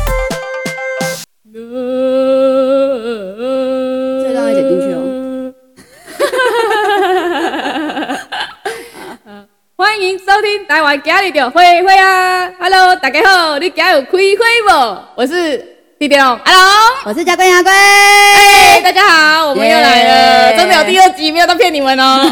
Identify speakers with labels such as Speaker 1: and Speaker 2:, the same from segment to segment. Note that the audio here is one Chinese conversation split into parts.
Speaker 1: 哦
Speaker 2: 台湾今日就开会啊！Hello，大家好，你今日有开会无？我是弟弟龙阿龙。
Speaker 1: 我是家龟牙龟，
Speaker 2: 哎，大家好，我们又来了，
Speaker 1: 耶
Speaker 2: 真的有第二集，没有在骗你们 哦。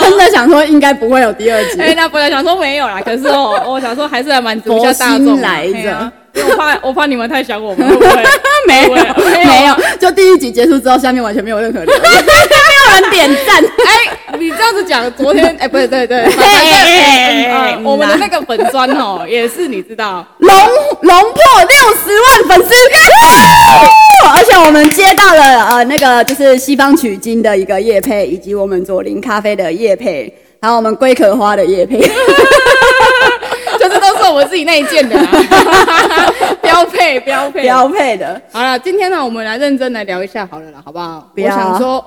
Speaker 1: 真的想说应该不会有第二集，
Speaker 2: 哎，那本来想说没有啦，可是哦，我想说还是来满足一下大
Speaker 1: 佛
Speaker 2: 众
Speaker 1: 心
Speaker 2: 啦。
Speaker 1: 来着
Speaker 2: 嘿啊因为我怕我怕你们太想我们，会不会？
Speaker 1: 没有
Speaker 2: 会不会
Speaker 1: 没有，就第一集结束之后，下面完全没有任何留言，没有人点赞。
Speaker 2: 哎，你这样子讲，昨 天哎，不对对对，反正
Speaker 1: 哎
Speaker 2: 嗯我们的那个粉砖
Speaker 1: 嗯
Speaker 2: 哦，也是你知道，
Speaker 1: 龙龙破六十万粉丝，哇而且我们接到了呃那个就是西方取经的一个叶配，以及我们左林咖啡的叶配，还有我们龟壳花的叶配，
Speaker 2: 就是都是我们自己内建的啦，啊 标配标配。
Speaker 1: 标配的。
Speaker 2: 好了，今天呢，我们来认真来聊一下好了啦，好不好？
Speaker 1: 不
Speaker 2: 我
Speaker 1: 要啊
Speaker 2: 想说，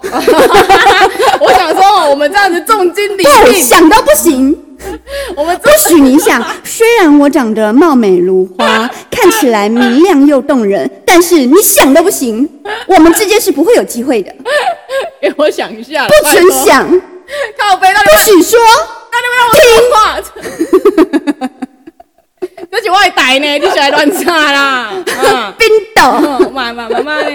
Speaker 2: 我想说，我们这样子重金礼
Speaker 1: 不
Speaker 2: 聘，
Speaker 1: 想到不行，
Speaker 2: 我 们
Speaker 1: 不许你想。虽然我长得貌美如 花，看起来明亮又动人，但是你想都不行，我们之间是不会有机会的。
Speaker 2: 给哎我想一下，
Speaker 1: 不
Speaker 2: 拜
Speaker 1: 准
Speaker 2: 托，
Speaker 1: 想，不
Speaker 2: 靠背，那你
Speaker 1: 许说，
Speaker 2: 那你们让我讲话。 这是我的台呢，你起来乱插啦！ 啊，
Speaker 1: 冰斗。
Speaker 2: 嗯妈妈妈妈呢？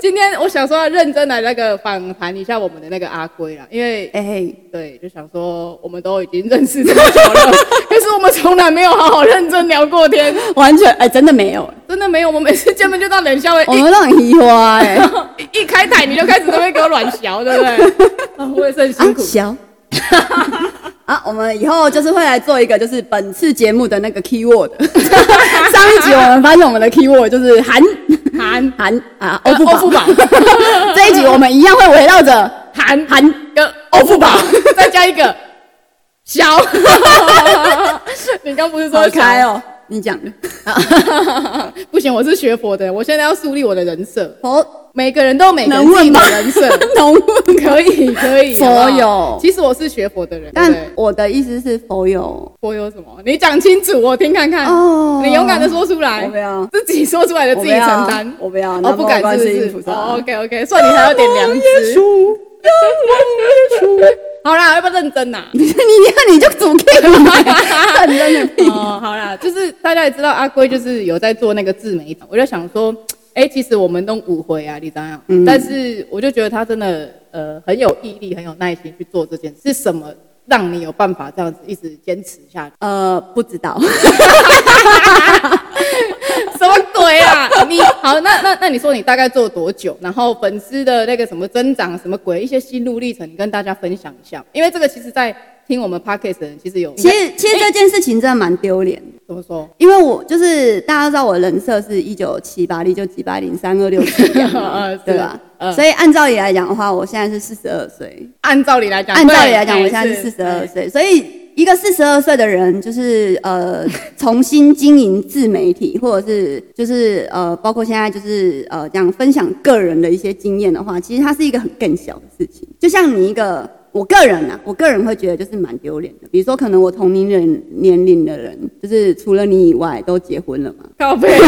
Speaker 2: 今天我想说要认真来那个访谈一下我们的那个阿龟啦，因为
Speaker 1: 哎，
Speaker 2: 对，就想说我们都已经认识这么久了， 可是我们从来没有好好认真聊过天。
Speaker 1: 完全哎，真的没有，
Speaker 2: 真的没有，我们每次见面就到冷笑话，
Speaker 1: 我们让移花 哎，
Speaker 2: 一一开台你就开始都会给我软嚼，对不对？ 啊，我也是很辛
Speaker 1: 啊
Speaker 2: 苦。
Speaker 1: 小。 啊，我们以后就是会来做一个，就是本次节目的那个 keyword。上一集我们发现我们的 keyword 就是韩
Speaker 2: 韩
Speaker 1: 韩啊，
Speaker 2: 呃
Speaker 1: 欧付宝。
Speaker 2: 欧 付宝
Speaker 1: 这一集我们一样会围绕着
Speaker 2: 韩
Speaker 1: 韩
Speaker 2: 跟欧付宝，再加一个小。 你刚不是说
Speaker 1: 说
Speaker 2: 小
Speaker 1: 开？哦，你讲的。
Speaker 2: 不行，我是学佛的，我现在要树立我的人设。
Speaker 1: 哦，
Speaker 2: 每个人都有每个人
Speaker 1: 能
Speaker 2: 自己
Speaker 1: 问吗
Speaker 2: 的人设，
Speaker 1: 能问
Speaker 2: 可以可以。好不好
Speaker 1: 佛有
Speaker 2: 其实我是学佛的人，对
Speaker 1: 但
Speaker 2: 不对
Speaker 1: 我的意思是否有？
Speaker 2: 佛有什么？你讲清楚，我听看看。
Speaker 1: 哦
Speaker 2: 你勇敢的说出来
Speaker 1: 我不要，
Speaker 2: 自己说出来的自己承担。
Speaker 1: 我不要，
Speaker 2: 哦，不敢
Speaker 1: 观
Speaker 2: 是
Speaker 1: 世音
Speaker 2: 不
Speaker 1: 菩
Speaker 2: 是？
Speaker 1: 萨。
Speaker 2: 哦，OK OK，算你还有点
Speaker 1: 哦
Speaker 2: 良知。好啦，要不要认真啊呐、
Speaker 1: 你你你就主 K 了，认真的屁。
Speaker 2: 哦，好啦，就是大家也知道阿龟就是有在做那个自媒体，我就想说，哎、其实我们都五回啊，你知道吗？
Speaker 1: 嗯
Speaker 2: 但是我就觉得他真的呃很有毅力，很有耐心去做这件事，是什么让你有办法这样子一直坚持下 去？
Speaker 1: 呃，不知道，
Speaker 2: 什么鬼啊！ 你好，那那那你说你大概做多久？然后粉丝的那个什么增长什么鬼，一些心路历程，你跟大家分享一下。因为这个其实，在听我们 podcast 的人其实有，
Speaker 1: 其实其实这件事情真的蛮丢脸的，
Speaker 2: 怎么说？
Speaker 1: 因为我就是大家都知道我人设是一九七八，一九几八零三二六七，
Speaker 2: 呃
Speaker 1: 对吧？
Speaker 2: 嗯
Speaker 1: 所以按照理来讲的话，我现在是四十二岁，
Speaker 2: 按照理来讲，
Speaker 1: 按照理来讲，
Speaker 2: 对
Speaker 1: 我现在是四十二。
Speaker 2: 哎
Speaker 1: 岁，所以一个四十二岁的人，就是呃，重新经营自媒体，或者是就是呃，包括现在就是呃，这样分享个人的一些经验的话，其实它是一个很更小的事情。就像你一个，我个人啊，我个人会觉得就是蛮丢脸的。比如说，可能我同龄人年龄的人，就是除了你以外都结婚 了嘛，
Speaker 2: 靠背、哦。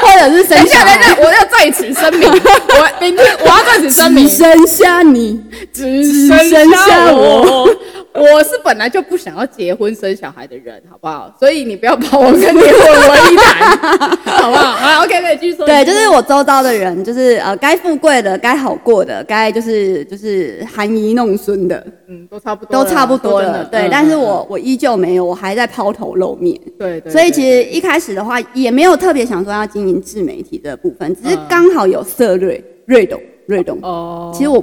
Speaker 1: 或者是
Speaker 2: 等
Speaker 1: 生
Speaker 2: 一下，
Speaker 1: 下
Speaker 2: 等一下，我要在此声明，我明天我要在此声明
Speaker 1: 只，生下你，
Speaker 2: 只
Speaker 1: 剩下
Speaker 2: 我。 我是本来就不想要结婚生小孩的人，好不好？所以你不要把我跟结婚为一 谈，好不好？好，OK，可以继续说。
Speaker 1: 对，就是我周遭的人，就是呃，该富贵的，该好过的，该就是就是含饴弄孙的，
Speaker 2: 嗯，都差不多
Speaker 1: 都
Speaker 2: 了，
Speaker 1: 差不多
Speaker 2: 说真
Speaker 1: 了。
Speaker 2: 的
Speaker 1: 对，
Speaker 2: 嗯
Speaker 1: 但是
Speaker 2: 嗯
Speaker 1: 我我依旧没有，我还在抛头露面。
Speaker 2: 嗯对对，
Speaker 1: 所
Speaker 2: 对
Speaker 1: 以其实一开始的话，也没有特别想说要经营自媒体的部分，只是
Speaker 2: 嗯
Speaker 1: 刚好有涉略、瑞懂、瑞懂。
Speaker 2: 哦，
Speaker 1: 其实我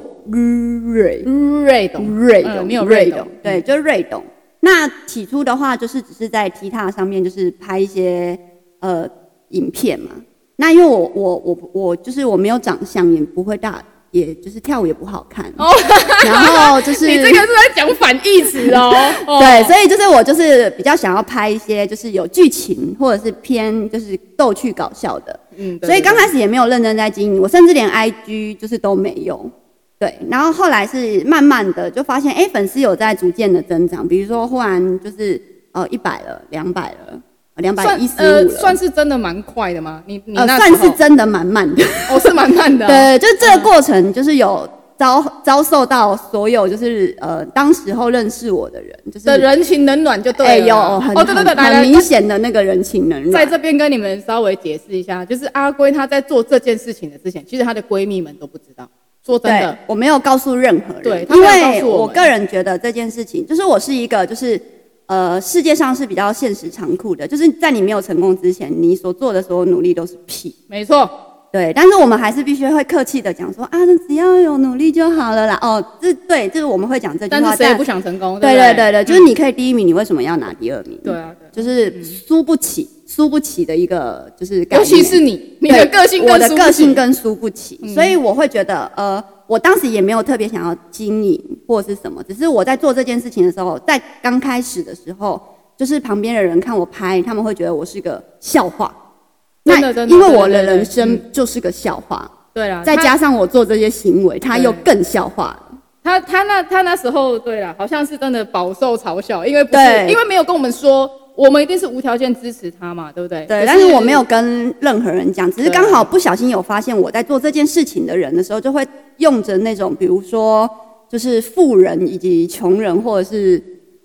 Speaker 1: 瑞
Speaker 2: 瑞懂
Speaker 1: 瑞
Speaker 2: 嗯
Speaker 1: 懂，
Speaker 2: 你有
Speaker 1: 瑞
Speaker 2: 懂
Speaker 1: 懂，，对，就是瑞懂。那起初的话，就是只是在 T 塔上面，就是拍一些呃影片嘛。那因为我我我我就是我没有长相，也不会大，也就是跳舞也不好看，
Speaker 2: 哦，
Speaker 1: 然后就是
Speaker 2: 你这个是在讲反义词 哦，哦
Speaker 1: 对，所以就是我就是比较想要拍一些就是有剧情或者是偏就是逗趣搞笑的，
Speaker 2: 嗯，对
Speaker 1: 所以刚
Speaker 2: 对
Speaker 1: 开始也没有认真在经营，我甚至连 IG 就是都没有。对，然后后来是慢慢的就发现，哎，粉丝有在逐渐的增长，比如说忽然就是呃一百了，两百了，两百
Speaker 2: 算
Speaker 1: 一十五
Speaker 2: 呃
Speaker 1: 了，
Speaker 2: 算是真的蛮快的吗？你你
Speaker 1: 呃
Speaker 2: 那
Speaker 1: 算
Speaker 2: 时候啊
Speaker 1: 是真的蛮慢的。
Speaker 2: 哦是蛮慢的哦，
Speaker 1: 对，就是这个过程就是有遭遭受到所有就是呃当时候认识我的人，就是
Speaker 2: 的人情冷暖就对
Speaker 1: 哎
Speaker 2: 了。
Speaker 1: 有很
Speaker 2: 哦，对对对，
Speaker 1: 很
Speaker 2: 来来
Speaker 1: 很明显啊的那个人情冷
Speaker 2: 在
Speaker 1: 暖。
Speaker 2: 这边跟你们稍微解释一下，就是阿龟她在做这件事情的之前，其实她的闺蜜们都不知道。说真
Speaker 1: 对
Speaker 2: 的，，
Speaker 1: 我没有告诉任何人，
Speaker 2: 对他
Speaker 1: 因
Speaker 2: 没有告
Speaker 1: 为
Speaker 2: 诉我们
Speaker 1: 我个人觉得这件事情，就是我是一个就是呃世界上是比较现实残酷的，就是在你没有成功之前，你所做的所有努力都是屁。
Speaker 2: 没错，
Speaker 1: 对，但是我们还是必须会客气的讲说啊，那只要有努力就好了啦。哦，这对，就是我们会讲这句
Speaker 2: 但
Speaker 1: 话。
Speaker 2: 是谁也不想成功，
Speaker 1: 对
Speaker 2: 不
Speaker 1: 对
Speaker 2: 对啊嗯
Speaker 1: 对对，就是你可以第一名，你为什么要拿第二名？
Speaker 2: 对啊，对啊
Speaker 1: 就是输不起，输不起的一个就是概念。
Speaker 2: 尤其是你，你的
Speaker 1: 对
Speaker 2: 个性跟
Speaker 1: 我的
Speaker 2: 输不起
Speaker 1: 个
Speaker 2: 嗯
Speaker 1: 性跟输不起，所以我会觉得，呃，我当时也没有特别想要经营或是什么，只是我在做这件事情的时候，在刚开始的时候，就是旁边的人看我拍，他们会觉得我是个笑话。
Speaker 2: 真的真的嗯
Speaker 1: 因为
Speaker 2: 对
Speaker 1: 我
Speaker 2: 对
Speaker 1: 的
Speaker 2: 对
Speaker 1: 人生就是个笑话，
Speaker 2: 对啦，
Speaker 1: 再
Speaker 2: 她
Speaker 1: 加上我做这些行为，他又
Speaker 2: 对
Speaker 1: 更笑话了。
Speaker 2: 他他那他那时候对啦，好像是真的饱受嘲笑，因为不是
Speaker 1: 对
Speaker 2: 因为没有跟我们说，我们一定是无条件支持他嘛，对不对？
Speaker 1: 对，
Speaker 2: 可
Speaker 1: 但是我没有跟任何人讲，只是
Speaker 2: 对
Speaker 1: 刚好不小心有发现我在做这件事情的人的时候，就会用着那种，比如说就是富人以及穷人，或者是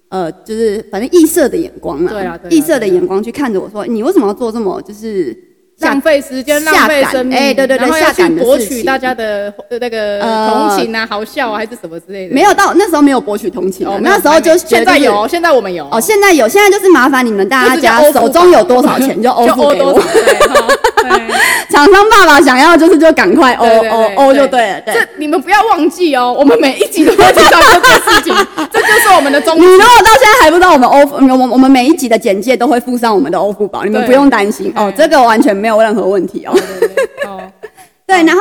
Speaker 1: 呃，就是反正异色的眼光
Speaker 2: 对啊对啊
Speaker 1: 异色的眼光去看着我说，你为什么要做这么就是下
Speaker 2: 浪费时间，
Speaker 1: 下
Speaker 2: 浪费
Speaker 1: 岗
Speaker 2: 生命，
Speaker 1: 哎对对对
Speaker 2: 然后要
Speaker 1: 下
Speaker 2: 去
Speaker 1: 岗的
Speaker 2: 博
Speaker 1: 事
Speaker 2: 取
Speaker 1: 情
Speaker 2: 大家的呃那个
Speaker 1: 呃
Speaker 2: 同情啊、好笑啊，还是什么之类的。
Speaker 1: 没有到那时候没有博取同情啊、
Speaker 2: 哦，没有
Speaker 1: 那时候
Speaker 2: 还没
Speaker 1: 就觉
Speaker 2: 现
Speaker 1: 得
Speaker 2: 在
Speaker 1: 就是
Speaker 2: 有，现在我们有
Speaker 1: 哦，现在有，现在就是麻烦你们大
Speaker 2: 就直接哦
Speaker 1: 家
Speaker 2: 欧付
Speaker 1: 手中有多少钱就 欧
Speaker 2: 就
Speaker 1: 付
Speaker 2: 欧
Speaker 1: 给
Speaker 2: 多
Speaker 1: 我
Speaker 2: 少，对哈对
Speaker 1: 厂商爸爸想要就是就赶快欧
Speaker 2: 对对
Speaker 1: 欧
Speaker 2: 对
Speaker 1: 欧就
Speaker 2: 对
Speaker 1: 对了，对。
Speaker 2: 这你们不要忘记哦，我们每一集都会提到这件事情，这就是我们的宗
Speaker 1: 你如
Speaker 2: 旨。
Speaker 1: 果到现在还不知道我们欧，我们我们每一集的简介都会附上我们的欧付宝，你们
Speaker 2: 对
Speaker 1: 不用担心哦
Speaker 2: 嗯，
Speaker 1: 这个完全没有任何问 题哦。
Speaker 2: 对对对哦，
Speaker 1: 对，然后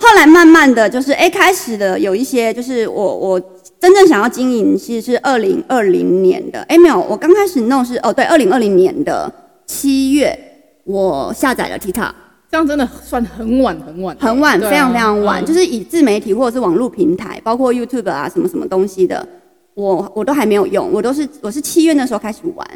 Speaker 1: 后来慢慢的就是，哎，开始的有一些就是我我真正想要经营，其实是二零二零年的，哎，没有，我刚开始弄是哦，对，二零二零年的七月。我下载了 TikTok，
Speaker 2: 这样真的算很晚很晚
Speaker 1: 很晚，
Speaker 2: 对啊
Speaker 1: 非常非常晚，
Speaker 2: 嗯
Speaker 1: 就是以自媒体或者是网络平台，包括 YouTube 啊什么什么东西的，我我都还没有用，我都是我是七月那时候开始玩，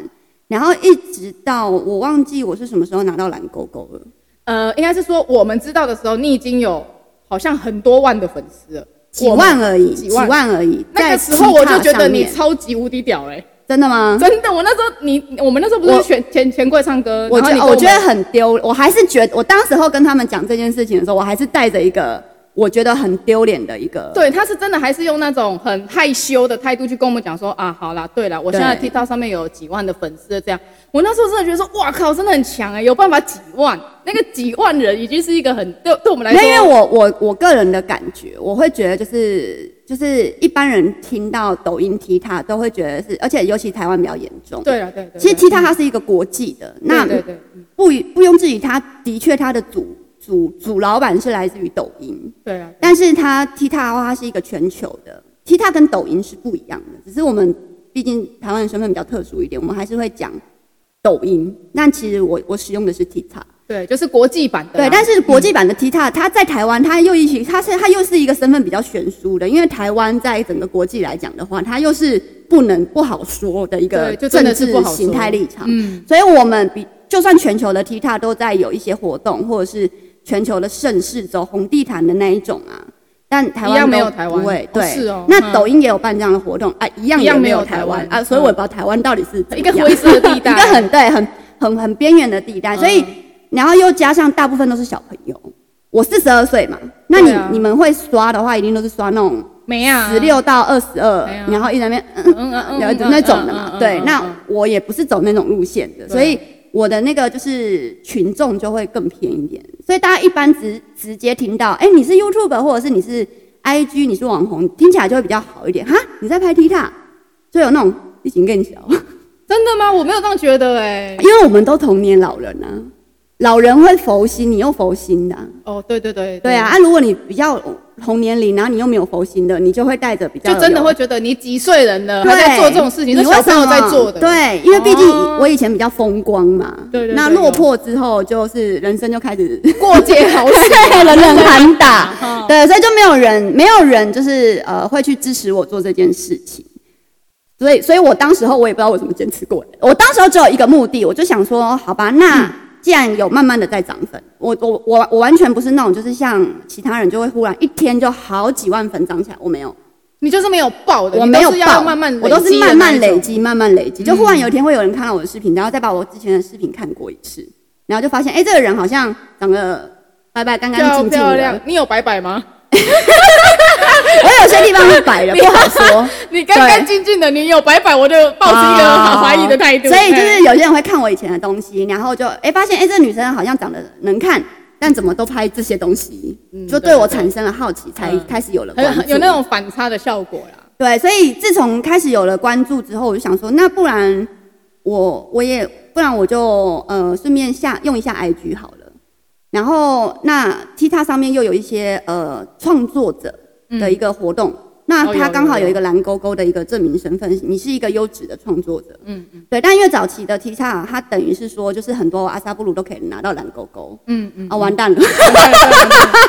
Speaker 1: 然后一直到我忘记我是什么时候拿到蓝勾勾了。
Speaker 2: 呃，应该是说我们知道的时候，你已经有好像很多万的粉丝了，
Speaker 1: 几
Speaker 2: 我们。
Speaker 1: 万而已，
Speaker 2: 几
Speaker 1: 几
Speaker 2: 万
Speaker 1: 万而已。
Speaker 2: 那个
Speaker 1: 在
Speaker 2: 时候我就觉得
Speaker 1: TikTok 上
Speaker 2: 你
Speaker 1: 面
Speaker 2: 超级无敌屌欸嘞、
Speaker 1: 真的吗？
Speaker 2: 真的，我那时候你我们那时候不是
Speaker 1: 我
Speaker 2: 选钱钱柜唱歌，
Speaker 1: 我
Speaker 2: 然后
Speaker 1: 觉
Speaker 2: 你
Speaker 1: 得
Speaker 2: 跟
Speaker 1: 我觉得
Speaker 2: 们
Speaker 1: 很丢，我还是觉得我当时候跟他们讲这件事情的时候，我还是带着一个我觉得很丢脸的一个
Speaker 2: 对，他是真的还是用那种很害羞的态度去跟我们讲说啊，好啦，对啦，我现在
Speaker 1: 对
Speaker 2: TikTok 上面有几万的粉丝了这样，我那时候真的觉得说，哇靠，真的很强哎、有办法几万，那个几万人已经是一个很对对我们来
Speaker 1: 没有，因
Speaker 2: 说，
Speaker 1: 为我我我个人的感觉，我会觉得就是就是一般人听到抖音踢踏都会觉得是，而且尤其台湾比较严重。，
Speaker 2: 对了对对，
Speaker 1: 其实
Speaker 2: 对
Speaker 1: 踢踏它是一个国际的，那
Speaker 2: 对对对嗯
Speaker 1: 不不用质疑，它的确它的主主主老板是来自于抖音，
Speaker 2: 对啊，
Speaker 1: 但是它踢踏的话，它是一个全球的，踢踏跟抖音是不一样的，只是我们毕竟台湾人身份比较特殊一点，我们还是会讲抖音，但其实我我使用的是踢踏。
Speaker 2: 对，就是国际版的啦，嗯
Speaker 1: 对，但是国际版的 TikTok，它在台湾，它又一起，它是它又是一个身份比较悬殊的，因为台湾在整个国际来讲的话，它又是不能不好说的一
Speaker 2: 对
Speaker 1: 个
Speaker 2: 就真
Speaker 1: 政
Speaker 2: 的是
Speaker 1: 治
Speaker 2: 不好说
Speaker 1: 形态立场。
Speaker 2: 嗯，
Speaker 1: 所以我们比就算全球的 TikTok 都在有一些活动，或者是全球的盛世走红地毯的那一种啊。但台
Speaker 2: 一
Speaker 1: 湾
Speaker 2: 样
Speaker 1: 都
Speaker 2: 没有台湾
Speaker 1: 不会
Speaker 2: 哦
Speaker 1: 对，
Speaker 2: 是哦嗯
Speaker 1: 那抖音也有办这样的活动啊，一样
Speaker 2: 一样没
Speaker 1: 也没
Speaker 2: 有
Speaker 1: 有台湾
Speaker 2: 台湾
Speaker 1: 啊，所以我也不知道台湾到底是怎
Speaker 2: 一个
Speaker 1: 么样
Speaker 2: 灰色地带
Speaker 1: 一个很对，很很很边缘的地带，所以、
Speaker 2: 嗯
Speaker 1: 然后又加上大部分都是小朋友，我四十二岁嘛，那你、
Speaker 2: 对啊
Speaker 1: 你们会刷的话，一定都是刷那种
Speaker 2: 没啊，
Speaker 1: 十六到二十二
Speaker 2: 对啊，
Speaker 1: 然后一直在那边嗯
Speaker 2: 嗯嗯嗯
Speaker 1: 了
Speaker 2: 嗯
Speaker 1: 解那种
Speaker 2: 嗯嗯
Speaker 1: 的
Speaker 2: 嗯
Speaker 1: 嘛。
Speaker 2: 嗯
Speaker 1: 对
Speaker 2: 嗯，
Speaker 1: 那
Speaker 2: 嗯
Speaker 1: 我也不是走那种路线的，
Speaker 2: 对
Speaker 1: 所以我的那个就是群众就会更偏一点。所以大家一般直直接听到，哎，你是 YouTube 或者是你是 IG，你是网红，听起来就会比较好一点。哈，你在拍 TikTok，就有那种疫情更小，
Speaker 2: 真的吗？我没有这样觉得哎、
Speaker 1: 因为我们都同年老人啊，老人会佛心，你又佛心的啊、
Speaker 2: 哦，对对对，
Speaker 1: 对啊，啊，如果你比较同年龄，然后你又没有佛心的，你就会带着比较
Speaker 2: 就真的
Speaker 1: 有
Speaker 2: 会觉得你几岁人了，
Speaker 1: 对
Speaker 2: 还在做这种事情，是
Speaker 1: 你为
Speaker 2: 小
Speaker 1: 什
Speaker 2: 朋友
Speaker 1: 么
Speaker 2: 在做的。
Speaker 1: 对，因为毕竟
Speaker 2: 哦
Speaker 1: 我以前比较风光嘛，
Speaker 2: 对对对
Speaker 1: 那落魄之后就是人生就开始
Speaker 2: 过街好
Speaker 1: 对人人
Speaker 2: 哈
Speaker 1: 喊打，对，所以就没有人没有人就是呃会去支持我做这件事情。所以，所以我当时候我也不知道我怎么坚持过来的。我当时候只有一个目的，我就想说，好吧，那既然有慢慢的在涨粉，我我我我完全不是那种就是像其他人就会忽然一天就好几万粉涨起来，我没有，
Speaker 2: 你就是没有爆的，
Speaker 1: 我
Speaker 2: 你
Speaker 1: 没
Speaker 2: 都
Speaker 1: 有
Speaker 2: 是
Speaker 1: 爆
Speaker 2: 要慢慢，
Speaker 1: 我都是慢慢累
Speaker 2: 积
Speaker 1: 积，慢慢累积，就忽
Speaker 2: 嗯
Speaker 1: 然有一天会有人看到我的视频，然后再把我之前的视频看过一次，然后就发现，哎、这个人好像长得白白干
Speaker 2: 的
Speaker 1: 干
Speaker 2: 那一种，
Speaker 1: 净净
Speaker 2: 漂漂
Speaker 1: 的
Speaker 2: 亮，。你有白白 吗？
Speaker 1: 我有些地方是 白的，不好说。哦
Speaker 2: 你干干净净的，你有白白，我就抱着一个很怀疑的态度。
Speaker 1: 所以就
Speaker 2: 嘿
Speaker 1: 是有些人会看我以前的东西，然后就哎、诶发现哎、诶这女生好像长得能看，但怎么都拍这些东西，
Speaker 2: 嗯
Speaker 1: 就对我产生了好奇，才
Speaker 2: 嗯
Speaker 1: 开始有了关
Speaker 2: 很
Speaker 1: 注。
Speaker 2: 很有那种反差的效果啦。
Speaker 1: 对，所以自从开始有了关注之后，我就想说，那不然我我也不然我就呃顺便下用一下 IG 好了。然后那 TikTok 上面又有一些呃创作者的一个活动，那他刚好哦有一个蓝勾勾的一个证明身份，你是一个优质的创作者。嗯嗯。对，但因为早期的 TikTok 它等于是说，就是很多阿萨布鲁都可以拿到蓝勾勾。
Speaker 2: 嗯嗯，
Speaker 1: 啊，完 蛋了！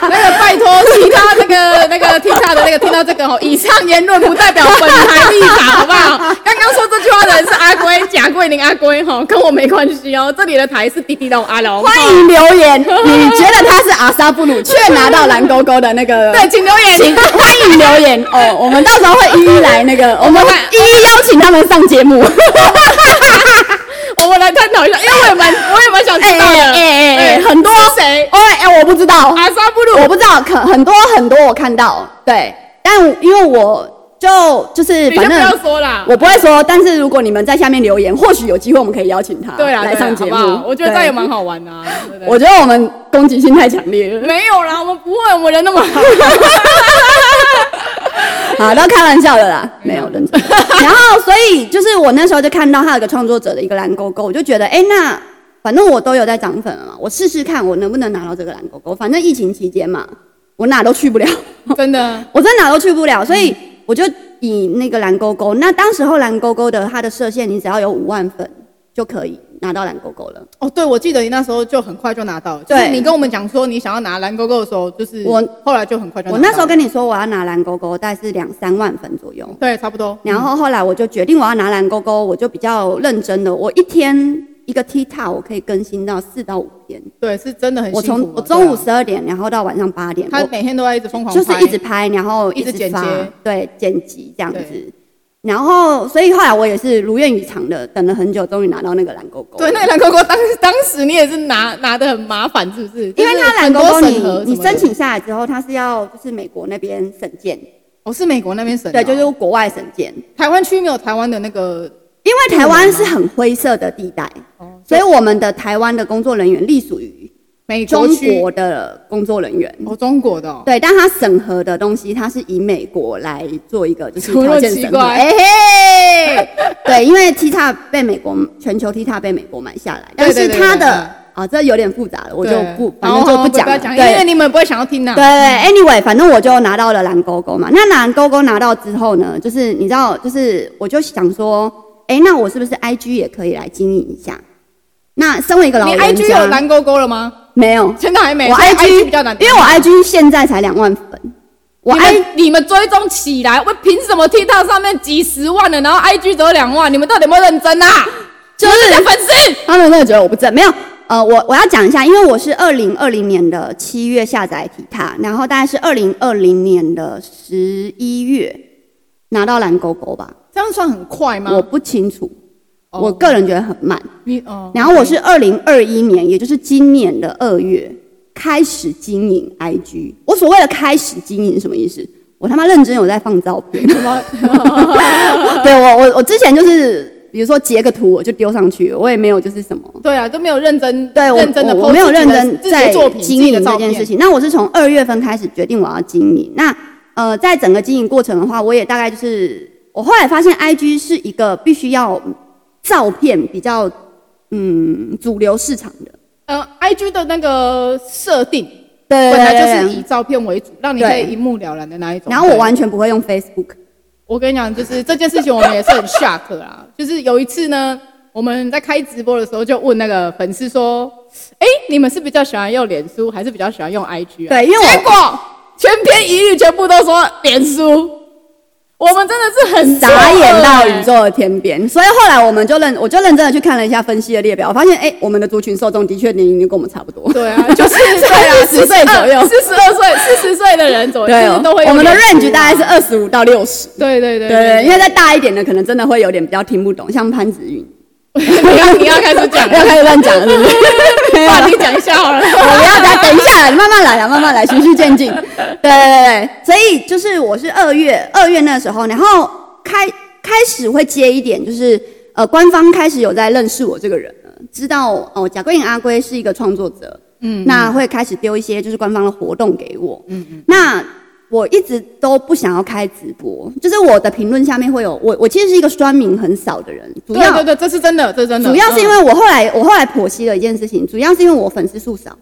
Speaker 2: 那个拜托，其他那个那个听到的那个听到这个哦，以上言论不代表本台立场，好不 好？刚刚说这句话的人是阿龟、贾桂林、阿龟哈，跟我没关系哦。这里的台是滴滴到阿龙，
Speaker 1: 欢迎留言，你觉得他是阿萨布鲁却拿到蓝勾勾的那个？
Speaker 2: 对，请留言。
Speaker 1: 请欢迎留言 哦，我们到时候会一一来 那个，我们会一一邀请他们上节目。
Speaker 2: 我们来探讨一下，因为我也 蛮我也蛮想知
Speaker 1: 哎
Speaker 2: 道的。
Speaker 1: 啊
Speaker 2: 对
Speaker 1: 很多
Speaker 2: 是谁？
Speaker 1: 哦哎、我不知道，
Speaker 2: 阿萨布 鲁，
Speaker 1: 我不知道，可很多很多我看到，对，但因为我就就是
Speaker 2: 你先
Speaker 1: 反
Speaker 2: 不
Speaker 1: 正
Speaker 2: 要说啦。
Speaker 1: 我不会说，但是如果你们在下面留言，或许有机会我们可以邀请他
Speaker 2: 对啦，
Speaker 1: 来
Speaker 2: 对啦
Speaker 1: 上节目
Speaker 2: 好不好。我觉得这样也
Speaker 1: 对
Speaker 2: 蛮好玩的啊。对不对
Speaker 1: 我觉得我们攻击性太强烈 了。
Speaker 2: 没有啦，我们不会，我们人那么 好。
Speaker 1: 好，都开玩笑的啦，没有 认真。然后，所以就是我那时候就看到他有个创作者的一个蓝勾勾，我就觉得，哎、那反正我都有在涨粉了嘛，我试试看我能不能拿到这个蓝勾勾。反正疫情期间嘛，我哪都去不了，
Speaker 2: 真的，
Speaker 1: 我真的哪都去不了，所以我就以那个蓝勾勾。那当时候蓝勾勾的它的设限，你只要有五万粉就可以拿到蓝勾勾了。
Speaker 2: 哦，对，我记得你那时候就很快就拿到了，就是
Speaker 1: 对
Speaker 2: 你跟我们讲说你想要拿蓝勾勾的时候，就是
Speaker 1: 我
Speaker 2: 后来就很快就拿
Speaker 1: 我
Speaker 2: 到了
Speaker 1: 那时候跟你说我要拿蓝勾勾，大概是两三万粉左右。
Speaker 2: 对差不多，
Speaker 1: 然后后来我就决定我要拿蓝勾勾，我就比较认真的，我一天一个 T 塔，我可以更新到四到五篇。
Speaker 2: 对是真的很
Speaker 1: 我
Speaker 2: 辛苦啊。
Speaker 1: 从我中
Speaker 2: 对
Speaker 1: 午
Speaker 2: 啊
Speaker 1: 十二点，然后到晚上八点，
Speaker 2: 他
Speaker 1: 我
Speaker 2: 每天都在一直疯狂
Speaker 1: 就
Speaker 2: 拍，
Speaker 1: 是一直拍，然后
Speaker 2: 一直剪
Speaker 1: 发
Speaker 2: 接，
Speaker 1: 对，剪辑这样
Speaker 2: 对
Speaker 1: 子。然后，所以后来我也是如愿以偿的，等了很久，终于拿到那个蓝勾勾。
Speaker 2: 对那个蓝勾勾当当时你也是拿拿的很麻烦，是不是？
Speaker 1: 因为
Speaker 2: 就是
Speaker 1: 它蓝勾勾
Speaker 2: 很多审核
Speaker 1: 你你
Speaker 2: 什么的
Speaker 1: 申请下来之后，它是要就是美国那边审件，
Speaker 2: 哦是美国那边审的
Speaker 1: 对，
Speaker 2: 哦，
Speaker 1: 就是国外审件，
Speaker 2: 台湾区没有台湾的那个
Speaker 1: 因为台湾是很灰色的地带，
Speaker 2: 哦
Speaker 1: 所以我们的台湾的工作人员隶属于
Speaker 2: 美国
Speaker 1: 中
Speaker 2: 区
Speaker 1: 国的工作人员。
Speaker 2: 哦中国的哦，
Speaker 1: 对，但他审核的东西，他是以美国来做一个就是
Speaker 2: 除了
Speaker 1: 条件
Speaker 2: 奇
Speaker 1: 审核。
Speaker 2: 怪
Speaker 1: 哎、嘿， 对，因为 T 叉被美国全球 T 叉被美国买下来，但
Speaker 2: 对
Speaker 1: 是
Speaker 2: 对对
Speaker 1: 他的
Speaker 2: 对
Speaker 1: 啊、这有点复杂了，我就
Speaker 2: 对
Speaker 1: 不，反
Speaker 2: 好
Speaker 1: 正就
Speaker 2: 好
Speaker 1: 不
Speaker 2: 不
Speaker 1: 讲
Speaker 2: 要
Speaker 1: 了。
Speaker 2: 讲，因
Speaker 1: 对
Speaker 2: 为你们不会想要听呐。
Speaker 1: 对，anyway，反正我就拿到了蓝勾勾嘛。那蓝勾勾拿到之后呢，就是你知道，就是我就想说，哎、那我是不是 IG 也可以来经营一下？那身为一个老
Speaker 2: 你
Speaker 1: 人家，
Speaker 2: IG 有蓝勾勾了吗？
Speaker 1: 没有？
Speaker 2: 现在还没，
Speaker 1: 我
Speaker 2: 所以
Speaker 1: IG
Speaker 2: 比较难，
Speaker 1: 因为我 IG 现在才两万粉，我
Speaker 2: 你
Speaker 1: I
Speaker 2: 们哎你们追踪起来，我凭什么 TikTok 上面几十万的，然后 IG 只有两万？你们到底有没有认真啊？就是的粉丝，
Speaker 1: 他们真的觉得我不正，没有。呃，我我要讲一下，因为我是二零二零年的七月下载体塔，然后大概是二零二零年的十一月拿到蓝勾勾吧，
Speaker 2: 这样算很快吗？
Speaker 1: 我不清楚，
Speaker 2: 哦
Speaker 1: 我个人觉得很慢。
Speaker 2: 你哦，
Speaker 1: 然后我是二零二一年，也就是今年的二月开始经营 IG。我所谓的开始经营什么意思？我他妈认真有在放照片。
Speaker 2: 什么？
Speaker 1: 对我我我之前就是，比如说截个图我就丢上去，我也没有就是什么。
Speaker 2: 对啊，都没有认真，
Speaker 1: 对我
Speaker 2: 认真的，
Speaker 1: 我我没有认真
Speaker 2: 自己
Speaker 1: 在
Speaker 2: 的作品、
Speaker 1: 经
Speaker 2: 自己的
Speaker 1: 营
Speaker 2: 照
Speaker 1: 这
Speaker 2: 片
Speaker 1: 件事。情。那我是从二月份开始决定我要经营。那呃，在整个经营过程的话，我也大概就是我后来发现，IG 是一个必须要照片比较嗯主流市场的。
Speaker 2: 呃，IG 的那个设定本
Speaker 1: 对对对
Speaker 2: 来就
Speaker 1: 对
Speaker 2: 是以照片为主，让你可以
Speaker 1: 对
Speaker 2: 一目了然的那一种。
Speaker 1: 然后我
Speaker 2: 对
Speaker 1: 完全不会用 Facebook，
Speaker 2: 我跟你讲，就是这件事情，我们也是很 shock 啦。就是有一次呢，我们在开直播的时候，就问那个粉丝说：“哎、你们是比较喜欢用脸书，还是比较喜 欢用 IG 啊？”
Speaker 1: 对因为我
Speaker 2: 结果全篇一律全部都说脸书。
Speaker 3: 我们真的是很
Speaker 1: 眨眼到
Speaker 2: 欸
Speaker 1: 宇
Speaker 3: 宙。
Speaker 1: 宙的天边。所以后来我们就认，我就认真的去看了一下分析的列表，我发现哎、我们的族群受众的确年龄就跟我们差不多。
Speaker 2: 对啊，就是
Speaker 1: 对啊，十岁左右。
Speaker 3: 四十二岁、四十岁的人左 右，
Speaker 1: 对
Speaker 3: 其
Speaker 1: 哦
Speaker 3: 实都会，有
Speaker 1: 我们的
Speaker 3: 点
Speaker 1: range 大概是二十五到六十。
Speaker 3: 对对对
Speaker 1: 对，因为再大一点的，可能真的会有点比较听不懂，像潘子云，
Speaker 2: 你要你要开始讲了，
Speaker 1: 要开始乱讲了，是不是？没有
Speaker 2: 爸，你讲一下好了。
Speaker 1: 我不要再等一下，你慢慢来啊，慢慢来，循序渐进。对对对对，所以就是我是二月二月那时候，然后开开始会接一点，就是呃，官方开始有在认识我这个人了，知道哦，贾桂颖阿龟是一个创作者，嗯，那会开始丢一些就是官方的活动给我，嗯嗯，那。我一直都不想要开直播，就是我的评论下面会有我，我其实是一个酸民很少的人，主
Speaker 2: 对
Speaker 1: 要
Speaker 2: 对对，这是真的，这是真的。
Speaker 1: 主要是因
Speaker 2: 为
Speaker 1: 为我后来我后来剖析了一件事情，主要是因为我粉丝数少，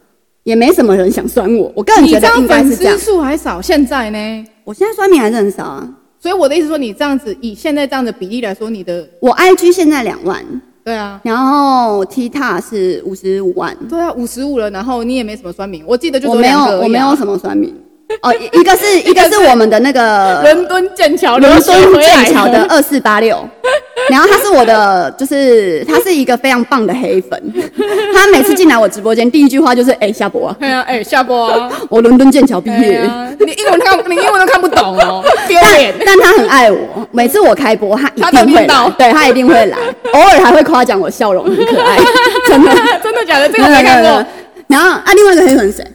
Speaker 1: 也没什么人想酸我。我个人
Speaker 2: 你
Speaker 1: 觉
Speaker 2: 这
Speaker 1: 得
Speaker 2: 样
Speaker 1: 应该
Speaker 2: 粉
Speaker 1: 是这
Speaker 2: 丝
Speaker 1: 样。
Speaker 2: 数还少，现在呢？
Speaker 1: 我现在酸民还是很少啊，
Speaker 2: 所以我的意思说，你这样子以现在这样的比例来说，你的
Speaker 1: 我 IG 现在两万，
Speaker 2: 对啊，
Speaker 1: 然后 t i k t o 是五十五万，
Speaker 2: 对啊，五十五了，然后你也没什么酸民，我记得就
Speaker 1: 我
Speaker 2: 只
Speaker 1: 没有
Speaker 2: 两个而已啊
Speaker 1: 我没有什么酸民。哦，一一 个是一个是我们的那个
Speaker 3: 伦敦剑桥留
Speaker 1: 伦
Speaker 3: 学回
Speaker 1: 敦
Speaker 3: 来
Speaker 1: 剑 桥的，二四八六，然后他是我的，就是他是一个非常棒的黑粉， 他每次进来我直播间第一句话就是哎、夏博啊，
Speaker 3: 对啊，哎，下播啊，
Speaker 1: 我伦敦剑桥毕
Speaker 3: 对
Speaker 1: 业。
Speaker 3: 啊，你英文看你英文都看不懂 哦，丢脸。
Speaker 1: 但他很爱我，每次我开播，他一
Speaker 3: 他都
Speaker 1: 定
Speaker 3: 听
Speaker 1: 会
Speaker 3: 到
Speaker 1: 来，对他一定会 来，偶尔还会夸奖我笑容很可爱，真的，
Speaker 3: 真的假的？这个我没看
Speaker 1: 真的
Speaker 3: 过
Speaker 1: 真的。然后啊，另外一个黑粉是谁？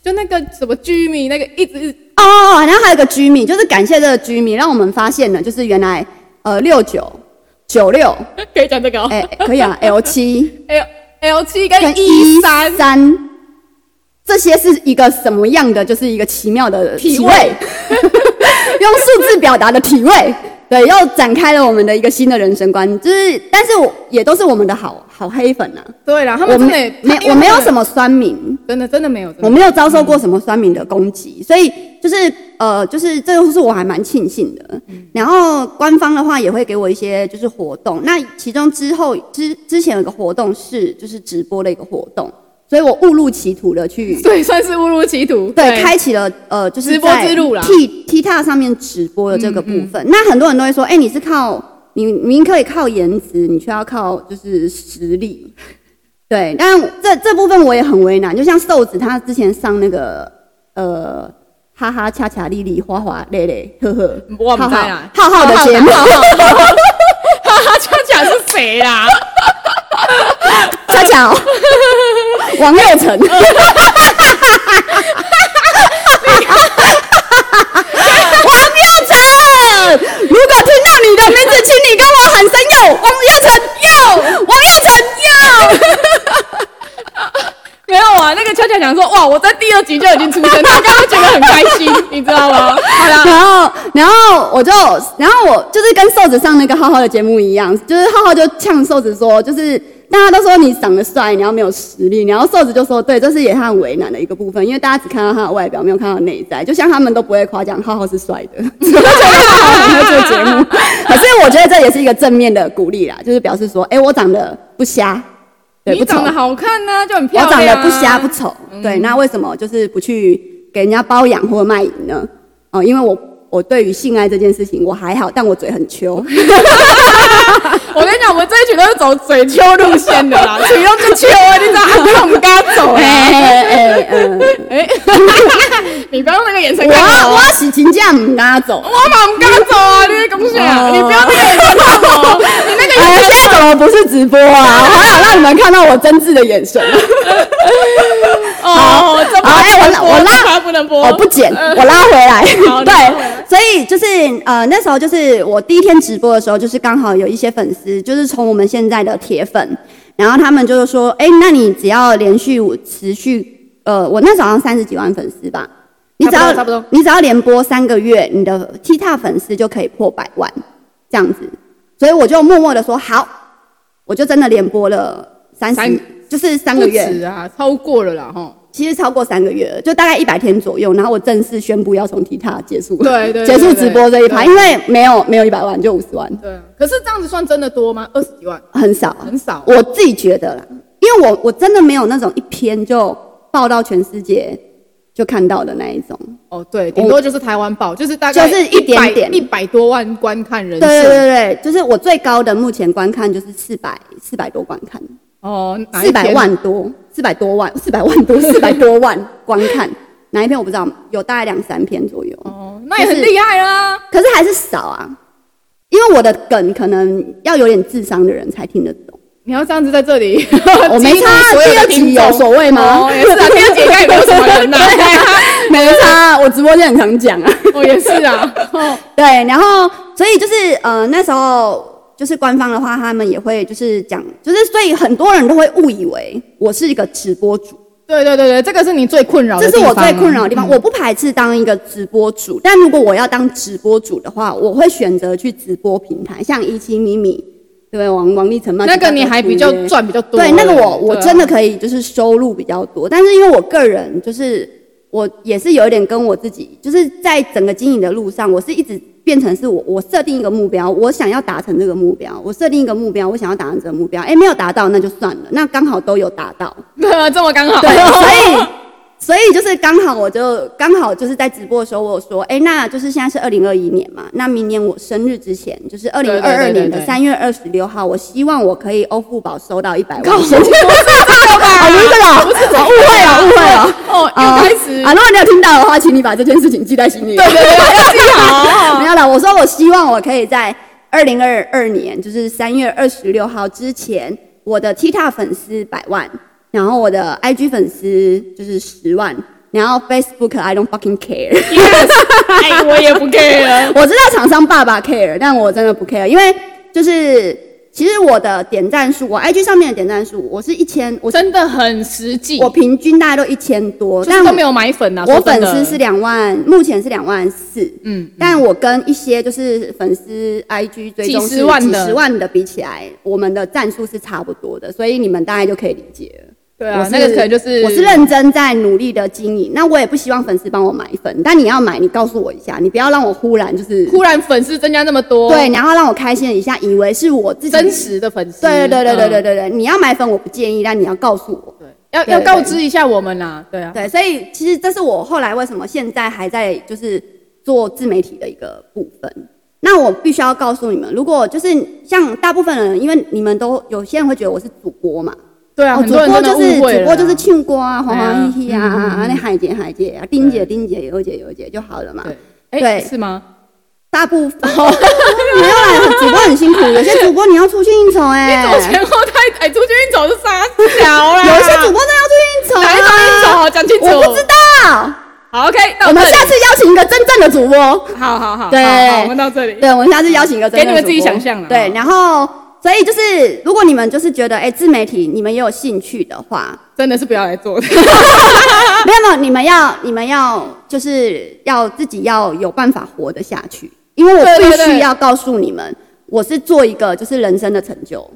Speaker 2: 就那个什么居民那个一直
Speaker 1: 哦哦，哦然后还有一个居民，就是感谢这个居民，让我们发现了，就是原来呃六九九六，
Speaker 3: 可以讲这个哦。
Speaker 1: 哎，可以啊，L 七
Speaker 3: L L 七
Speaker 1: 哎跟
Speaker 3: 跟
Speaker 1: 一
Speaker 3: 一
Speaker 1: 三
Speaker 3: 三，
Speaker 1: 三。这些是一个什么样的？就是一个奇妙的体
Speaker 3: 体
Speaker 1: 位，
Speaker 3: 位
Speaker 1: 用数字表达的体位，对，又展开了我们的一个新的人生观。就是，但是我也都是我们的好好黑粉啊。
Speaker 2: 对啦，他
Speaker 1: 我
Speaker 2: 们真的
Speaker 1: 没
Speaker 2: 也
Speaker 1: 没
Speaker 2: 他因为
Speaker 1: 我没有
Speaker 2: 他们
Speaker 1: 什么酸民，
Speaker 2: 真的真的没有，真的
Speaker 1: 我没有遭受过什么酸民的攻
Speaker 2: 嗯
Speaker 1: 击，所以就是呃，就是这就是我还蛮庆幸的。
Speaker 2: 嗯
Speaker 1: 然后官方的话也会给我一些就是活动，那其中之后之之前有个活动是就是直播的一个活动，所以我误入歧途的去
Speaker 3: 对，算是误入歧途。
Speaker 1: 对，开启了呃，就是
Speaker 3: 直播
Speaker 1: 在
Speaker 3: 之路啦
Speaker 1: T T T 上面直播的这个部分，那很多人都会说，哎、你是靠你明明可以靠颜值，你却要靠就是实力。对，但这这部分我也很为难，就像瘦子他之前上那个呃。哈哈，恰恰丽丽，花花累累，呵呵，
Speaker 3: 我不
Speaker 1: 浩
Speaker 3: 知
Speaker 1: 浩
Speaker 3: 啦
Speaker 1: 浩浩的节目，
Speaker 3: 哈哈，恰恰是谁啦？
Speaker 1: 恰恰哦王佑 成，哦王佑成，如果听到你的名字，请你跟我喊声“佑”，王佑成，佑，王佑成，佑。
Speaker 3: 没有啊，那个恰恰讲说，哇，我在第二集就已经出 生，他刚刚觉得很开心，你知道吗？好啦，
Speaker 1: 然后，然后我就，然后我就是跟瘦子上那个浩浩的节目一样，就是浩浩就呛瘦子说，就是大家都说你长得帅，然后没有实力，然后瘦子就说，对，这是也他很为难的一个部分，因为大家只看到他的外表，没有看到内在，就像他们都不会夸奖浩浩是帅的，所以就浩浩没有做节目。可是我觉得这也是一个正面的鼓励啦，就是表示说，哎，我长得不瞎，对，
Speaker 3: 你
Speaker 1: 不丑
Speaker 3: 长得好看呢，就很
Speaker 1: 我
Speaker 3: 漂
Speaker 1: 长得
Speaker 3: 亮啊。
Speaker 1: 不瞎不丑，对，那为什么就是不去给人家包养或卖淫呢？哦、因为我我对于性爱这件事情我还好，但我嘴很 秋，
Speaker 3: 我跟你讲，我们这一群都是走嘴丘路线 的啦，嘴用就丘啊，你知道吗？我们刚走
Speaker 1: 哎
Speaker 3: 哎，
Speaker 1: 哎哎，嗯，
Speaker 3: 你不要用那个眼神看
Speaker 1: 我
Speaker 3: 我
Speaker 1: 我
Speaker 3: 啊，
Speaker 1: 洗请假唔拉走，
Speaker 3: 我嘛唔敢走啊，你
Speaker 1: 哦
Speaker 3: 在讲啥？你不要那个眼神看我，你那个
Speaker 1: 哎呀，现在怎么不是直播啊？我好想让你们看到我真挚的眼 神，
Speaker 3: 哦，这不
Speaker 1: 好哎我
Speaker 3: 能
Speaker 1: 拉
Speaker 3: 播，
Speaker 1: 我拉
Speaker 3: 这趴不能播，
Speaker 1: 哦我不剪，
Speaker 2: 嗯
Speaker 1: 我拉回来。
Speaker 3: 好你拉回来
Speaker 1: 对，所以就是呃，那时候就是我第一天直播的时候，就是刚好有一些粉丝，就是从我们现在的铁粉，然后他们就是说，哎、那你只要连续五持续，呃，我那时候好像三十几万粉丝吧，你只要
Speaker 2: 差不多差不多
Speaker 1: 你只要连播三个月，你的 T t 粉丝就可以破百万这样子，所以我就默默的说好，我就真的连播了三十
Speaker 2: 三，
Speaker 1: 就是三
Speaker 2: 不
Speaker 1: 个月，
Speaker 2: 止啊，超过了啦 哈。
Speaker 1: 其实超过三个月了，就大概一百天左右，然后我正式宣布要从 T 塔结束，
Speaker 2: 对对对
Speaker 1: 结束直播这一趴，
Speaker 2: 对
Speaker 1: 因为没有没有一百万就五十万，
Speaker 2: 对啊，可是这样子算真的多吗？二十几万
Speaker 1: 很少，
Speaker 2: 很少，
Speaker 1: 我自己觉得啦，因为我我真的没有那种一篇就爆到全世界就看到的那一种。
Speaker 2: 哦，对，顶多就是台湾报，就是大概
Speaker 1: 就是一点点
Speaker 2: 一百多万观看人
Speaker 1: 对对
Speaker 2: 次。
Speaker 1: 对对，就是我最高的目前观看就是四百四百多观看，
Speaker 2: 哦，哪一
Speaker 1: 四百
Speaker 2: 天
Speaker 1: 万多，四百多万，四百万多，四百多万观看。哪一篇我不知道，有大概两三篇左右。
Speaker 2: 哦，那也很厉害啦。
Speaker 1: 可是还是少啊，因为我的梗可能要有点智商的人才听 得懂。
Speaker 2: 你要这样子在这 里，
Speaker 1: 我没
Speaker 2: 激
Speaker 1: 差
Speaker 2: 怒
Speaker 1: 啊，
Speaker 2: 所有
Speaker 1: 第
Speaker 2: 的
Speaker 1: 二
Speaker 2: 听
Speaker 1: 集
Speaker 2: 众
Speaker 1: 有所谓吗
Speaker 2: 哦，？也是啊，第二集应该也没有什么人呐、
Speaker 1: 对 啊， 没差啊，我直播间很常讲啊。
Speaker 2: 哦，也是啊，哦，
Speaker 1: 对，然后所以就是呃那时候就是官方的话，他们也会就是讲，就是所以很多人都会误以为我是一个直播主，
Speaker 2: 对对对对，这个是你最困扰的
Speaker 1: 这
Speaker 2: 地
Speaker 1: 是
Speaker 2: 方啊，
Speaker 1: 我最困扰的地方。我嗯不排斥当一个直播主，但如果我要当直播主的话，我会选择去直播平台，像一七米米，对不对？王王力成嘛，
Speaker 2: 那个你还比较
Speaker 1: 对
Speaker 2: 赚比较多。
Speaker 1: 对，那个我我
Speaker 2: 对啊
Speaker 1: 真的可以就是收入比较多，但是因为我个人就是我也是有一点跟我自己，就是在整个经营的路上，我是一直变成是我我设定一个目标，我想要达成这个目标，我设定一个目标，我想要达成这个目标，哎，没有达到那就算了，那刚好都有达到，
Speaker 3: 这么刚好。
Speaker 1: 对，啊所以。所以就是刚好，我就刚好就是在直播的时候，我有说，哎、那就是现在是二零二一年嘛，那明年我生日之前，就是二零
Speaker 2: 对
Speaker 1: 二二
Speaker 2: 对对
Speaker 1: 年的
Speaker 2: 对
Speaker 1: 三月二十六号，我希望我可以欧付宝收到一百
Speaker 2: 靠
Speaker 1: 万 现金。
Speaker 2: 好
Speaker 1: 不是这个啊，哦误会了，误会了。
Speaker 2: 哦，
Speaker 1: 啊
Speaker 2: 又开始
Speaker 1: 啊！如果你有听到的话，请你把这件事情记在心里。对对对，好。没有了，我说我希望我可以在二零二二年，就是三月二十六号之前，我的 TikTok 粉丝百万，然后我的 IG 粉丝就是十万，然后 Facebook I don't fucking care。
Speaker 3: 哎，我也不 care 了。
Speaker 1: 我知道厂商爸爸 care，但我真的不 care，因为就是其实我的点赞数，我 IG 上面的点赞数，我是一千，我
Speaker 3: 我真的很实际，
Speaker 1: 我平均大概都一千多，
Speaker 3: 就是
Speaker 1: 但
Speaker 3: 都没有买粉啊。
Speaker 1: 我
Speaker 3: 说真
Speaker 1: 粉
Speaker 3: 的
Speaker 1: 丝是两万，目前是两万四，嗯，但我跟一些就是粉丝 IG 追踪
Speaker 3: 几十
Speaker 1: 是
Speaker 3: 万
Speaker 1: 几
Speaker 3: 的
Speaker 1: 十万的比起来，我们的战术是差不多的，所以你们大概就可以理解了。
Speaker 2: 对
Speaker 1: 我
Speaker 2: 啊，
Speaker 1: 是
Speaker 2: 那个可能就是
Speaker 1: 我是认真在努力的经营，那我也不希望粉丝帮我买粉，但你要买，你告诉我一下，你不要让我忽然就是
Speaker 2: 忽然粉丝增加那么多，
Speaker 1: 对，然后让我开心一下，以为是我自己
Speaker 2: 真。实的粉丝，
Speaker 1: 对对对对对
Speaker 2: 嗯
Speaker 1: 对对，你要买粉我不建议，但你要告诉我。
Speaker 2: 对，嗯要
Speaker 1: 对
Speaker 2: 要
Speaker 1: 对哦
Speaker 2: 告知一下我们啦，对啊，
Speaker 1: 对，所以其实这是我后来为什么现在还在就是做自媒体的一个部分。那我必须要告诉你们，如果就是像大部分人，因为你们都有些人会觉得我是主播嘛，
Speaker 2: 对啊，
Speaker 1: 哦，
Speaker 2: 很
Speaker 1: 主
Speaker 2: 多人
Speaker 1: 播
Speaker 2: 真的
Speaker 1: 就是
Speaker 2: 误会
Speaker 1: 主
Speaker 2: 了
Speaker 1: 播
Speaker 2: 啦
Speaker 1: 就是庆锅啊，黄黄嘻嘻啊，
Speaker 2: 对啊
Speaker 1: 啊那海姐海姐啊，丁姐丁姐，尤姐尤姐就好了嘛。
Speaker 2: 对，哎，
Speaker 1: 对
Speaker 2: 是吗？
Speaker 1: 大部分 没有啦，主播很辛苦，有些主播你要出去应酬哎、
Speaker 3: 我前后太哎，出去运走是傻小啦。
Speaker 1: 有一些
Speaker 2: 啊
Speaker 1: 主播真的
Speaker 3: 哪
Speaker 1: 要
Speaker 3: 一
Speaker 1: 去应酬
Speaker 3: 种运
Speaker 1: 啊，
Speaker 3: 走？讲清楚。
Speaker 1: 我不知道。
Speaker 3: 好，OK，到
Speaker 1: 我们
Speaker 3: 这里
Speaker 1: 下次邀请一个真正的主播。
Speaker 3: 好好好，
Speaker 1: 对
Speaker 3: 好好我们到这里。
Speaker 1: 对，我们下次邀请一个真正的主播
Speaker 3: 给你们自己想象啦啊
Speaker 1: 对，然后所以就是，如果你们就是觉得，哎、自媒体你们也有兴趣的话，
Speaker 3: 真的是不要来做的。啊
Speaker 1: 没有没有，你们要你们要就是要自己要有办法活得下去，因为我
Speaker 3: 对对
Speaker 1: 必
Speaker 3: 对
Speaker 1: 须要告诉你们，我是做一个就是人生的成就。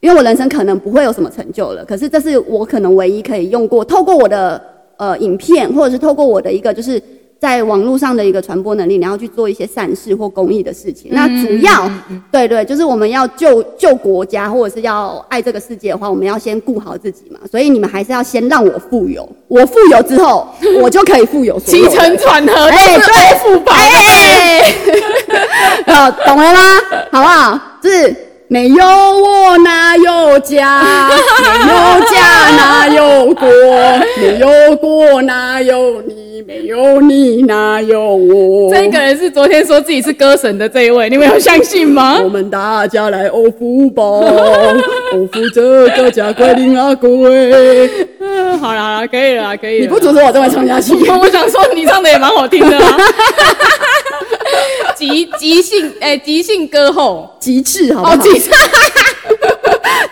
Speaker 1: 因为我人生可能不会有什么成就了，可是这是我可能唯一可以用过，透过我的呃影片，或者是透过我的一个就是在网络上的一个传播能力，然后去做一些善事或公益的事情。那主要，对对，就是我们要救救国家，或者是要爱这个世界的话，我们要先顾好自己嘛。所以你们还是要先让我富有，我富有之后，我就可以富有所
Speaker 3: 起
Speaker 1: 有人。
Speaker 3: 承转合都
Speaker 1: 哎
Speaker 3: 是欧付宝。
Speaker 1: 哎，呃，懂了吗？好不好？就是没有我哪有家，没有家哪有国，没有国哪有你，没有你哪有我。
Speaker 3: 这个人是昨天说自己是歌神的这一位，你们有相信 吗？
Speaker 1: 我们大家来欧福宝，欧福这个家归零啊归。
Speaker 3: 嗯，好啦，好啦可以了啦，可以了。
Speaker 1: 你不阻止我，真的唱下去。
Speaker 3: 我我想说你唱的也蛮好听的啊。 即即兴哎、即兴歌后
Speaker 1: 极致好不好？
Speaker 3: 哦，即兴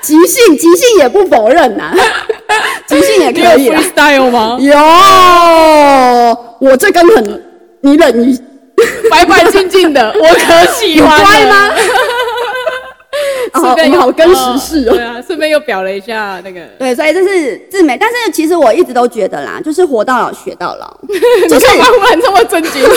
Speaker 1: 即兴，即兴也不否认 呐、即兴也
Speaker 3: 你
Speaker 1: 可以
Speaker 3: 有
Speaker 1: 啦。
Speaker 3: 啊 freestyle 吗？
Speaker 1: 有，我这根很，你忍一，
Speaker 3: 白白净净 的，我可喜
Speaker 1: 有
Speaker 3: 欢了
Speaker 1: 乖吗？？
Speaker 3: 顺
Speaker 1: 哦，我
Speaker 3: 便
Speaker 1: 们
Speaker 3: 又
Speaker 1: 好跟时事
Speaker 3: 对
Speaker 1: 哦。
Speaker 3: 啊，顺便又表了一下那个，
Speaker 1: 对，所以这是自美，但是其实我一直都觉得啦，就是活到老学到老，
Speaker 3: 你
Speaker 1: 就是
Speaker 3: 干嘛忽然这么正 经？
Speaker 1: 没有，就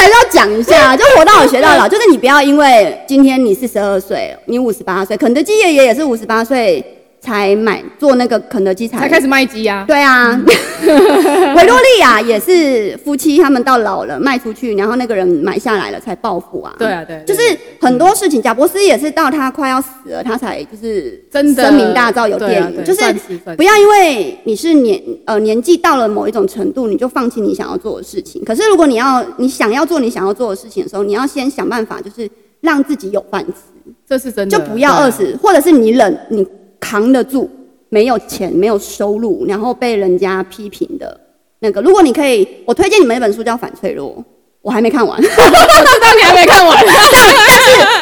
Speaker 1: 还是要讲一下，就活到老学到老，就是你不要因为今天你四十二岁，你五十八岁，肯德基爷爷也是五十八岁。才买做那个肯德基才
Speaker 2: 才开始卖鸡呀、
Speaker 1: 对啊， 维多利亚也是夫妻，他们到老了卖出去，然后那个人买下来了才报复啊。
Speaker 2: 对啊对对
Speaker 1: 就是很多事情，贾伯斯也是到他快要死了，他才就是
Speaker 2: 真的
Speaker 1: 声名大噪，有
Speaker 2: 对啊
Speaker 1: 电影，
Speaker 2: 对
Speaker 1: 就是
Speaker 2: 算是算是
Speaker 1: 不要因为你是年呃年纪到了某一种程度，你就放弃你想要做的事情。可是如果你要你想要做你想要做的事情的时候，你要先想办法，就是让自己有饭吃。
Speaker 2: 这是真的，
Speaker 1: 就不要
Speaker 2: 对啊
Speaker 1: 饿 死，或者是你忍，你扛得住，没有钱，没有收入，然后被人家批评的那个。如果你可以，我推荐你们一本书叫《反脆弱》，我还没看完，
Speaker 3: 我知道你还没看完，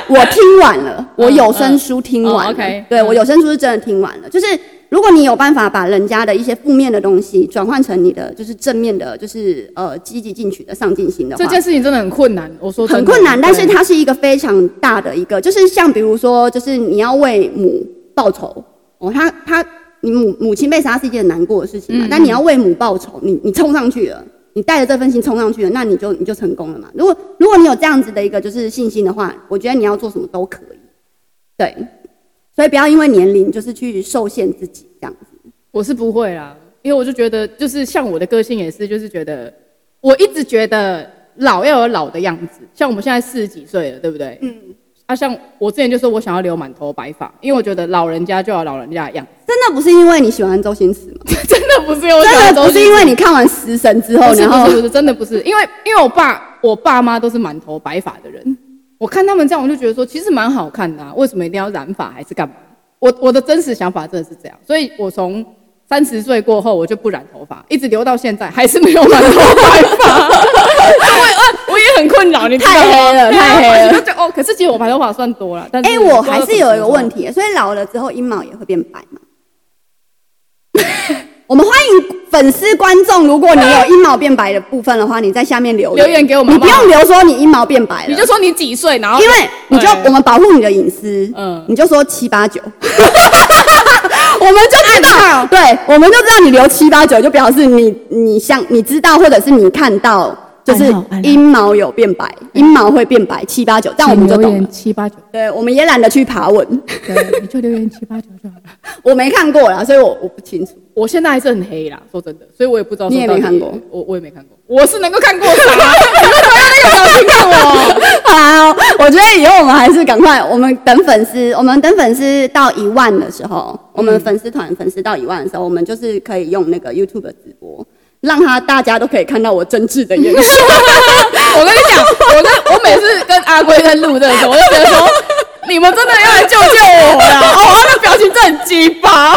Speaker 1: 我听完了，我
Speaker 3: 嗯
Speaker 1: 有声书听完了。
Speaker 3: 哦，OK，
Speaker 1: 对
Speaker 3: 嗯
Speaker 1: 我有声书是真的听完了，就是。如果你有办法把人家的一些负面的东西转换成你的就是正面的，就是呃积极进取的上进心的话，
Speaker 3: 这件事情真的很困难。我说真的
Speaker 1: 很困难，但是
Speaker 3: 对
Speaker 1: 它是一个非常大的一个，就是像比如说，就是你要为母报仇哦，他他你母母亲被杀是一件很难过的事情
Speaker 3: 嗯
Speaker 1: 嘛，但你要为母报仇，你你冲上去了，你带着这份心冲上去了，那你就你就成功了嘛。如果如果你有这样子的一个就是信心的话，我觉得你要做什么都可以，对，所以不要因为年龄就是去受限自己这样子，
Speaker 2: 我是不会啦，因为我就觉得，就是像我的个性也是，就是觉得我一直觉得老要有老的样子。像我们现在四十几岁了，对不对？嗯。啊，像我之前就说我想要留满头白发，因为我觉得老人家就要老人家的样子，
Speaker 1: 真的不是因为你喜欢周星驰吗？
Speaker 2: 真的不是我想
Speaker 1: 真的
Speaker 2: 要
Speaker 1: 不
Speaker 2: 周
Speaker 1: 是
Speaker 2: 星
Speaker 1: 因
Speaker 2: 驰
Speaker 1: 为你看完《食神》之后，
Speaker 2: 不是
Speaker 1: 然
Speaker 2: 不
Speaker 1: 后
Speaker 2: 是不是，真的不是，因为因为我爸我爸妈都是满头白发的人，我看他们这样，我就觉得说其实蛮好看的、啊，为什么一定要染发还是干嘛？我我的真实想法真的是这样，所以我从三十岁过后我就不染头发，一直留到现在还是没有满头白发， 我我我也很困扰，你知道吗
Speaker 1: 太黑了太黑
Speaker 2: 对啊
Speaker 1: 了
Speaker 2: 我就觉得哦，可是其实我白头发算多了，但是
Speaker 1: 哎、我还是有一个问，题，所以老了之后阴毛也会变白 吗？我们欢迎粉丝观众，如果你有阴毛变白的部分的话，你在下面留言
Speaker 2: 留言给我们
Speaker 1: 你
Speaker 2: 好
Speaker 1: 不
Speaker 2: 不好
Speaker 1: 用留说你阴毛变白了，
Speaker 3: 你就说你几岁，然后
Speaker 1: 啊因为你就
Speaker 3: 对
Speaker 1: 我们保护你的隐私，
Speaker 2: 嗯
Speaker 1: 嗯，你就说七八九，我们就知道，对，我们就知道你留七八九，就表示你你像你知道，或者是你看到，就是阴毛有变白，阴毛会变白，七八九，这样我们就懂了。
Speaker 2: 七八九，
Speaker 1: 对，我们也懒得去爬文，
Speaker 2: 对，你就留言七八九就好了。
Speaker 1: 我没看过啦，所以我我不清楚。
Speaker 2: 我现在还是很黑啦，说真的，所以我也不知道说
Speaker 1: 你也没
Speaker 2: 到底
Speaker 1: 看过，
Speaker 2: 我我也没看过，我是能够看过啥？你为什么要那个表情看我？
Speaker 1: 好，我觉得以后我们还是赶快，我们等粉丝，我们等粉丝到一万的时候，我们粉丝团粉丝到一万的时候，我们就是可以用那个 YouTube 直播，让他大家都可以看到我真挚的眼 神。
Speaker 2: 我跟你讲，我跟我每次跟阿龟在录这个时候，我就觉得说，你们真的要来救救我啦！哦，他的表情真的很鸡巴，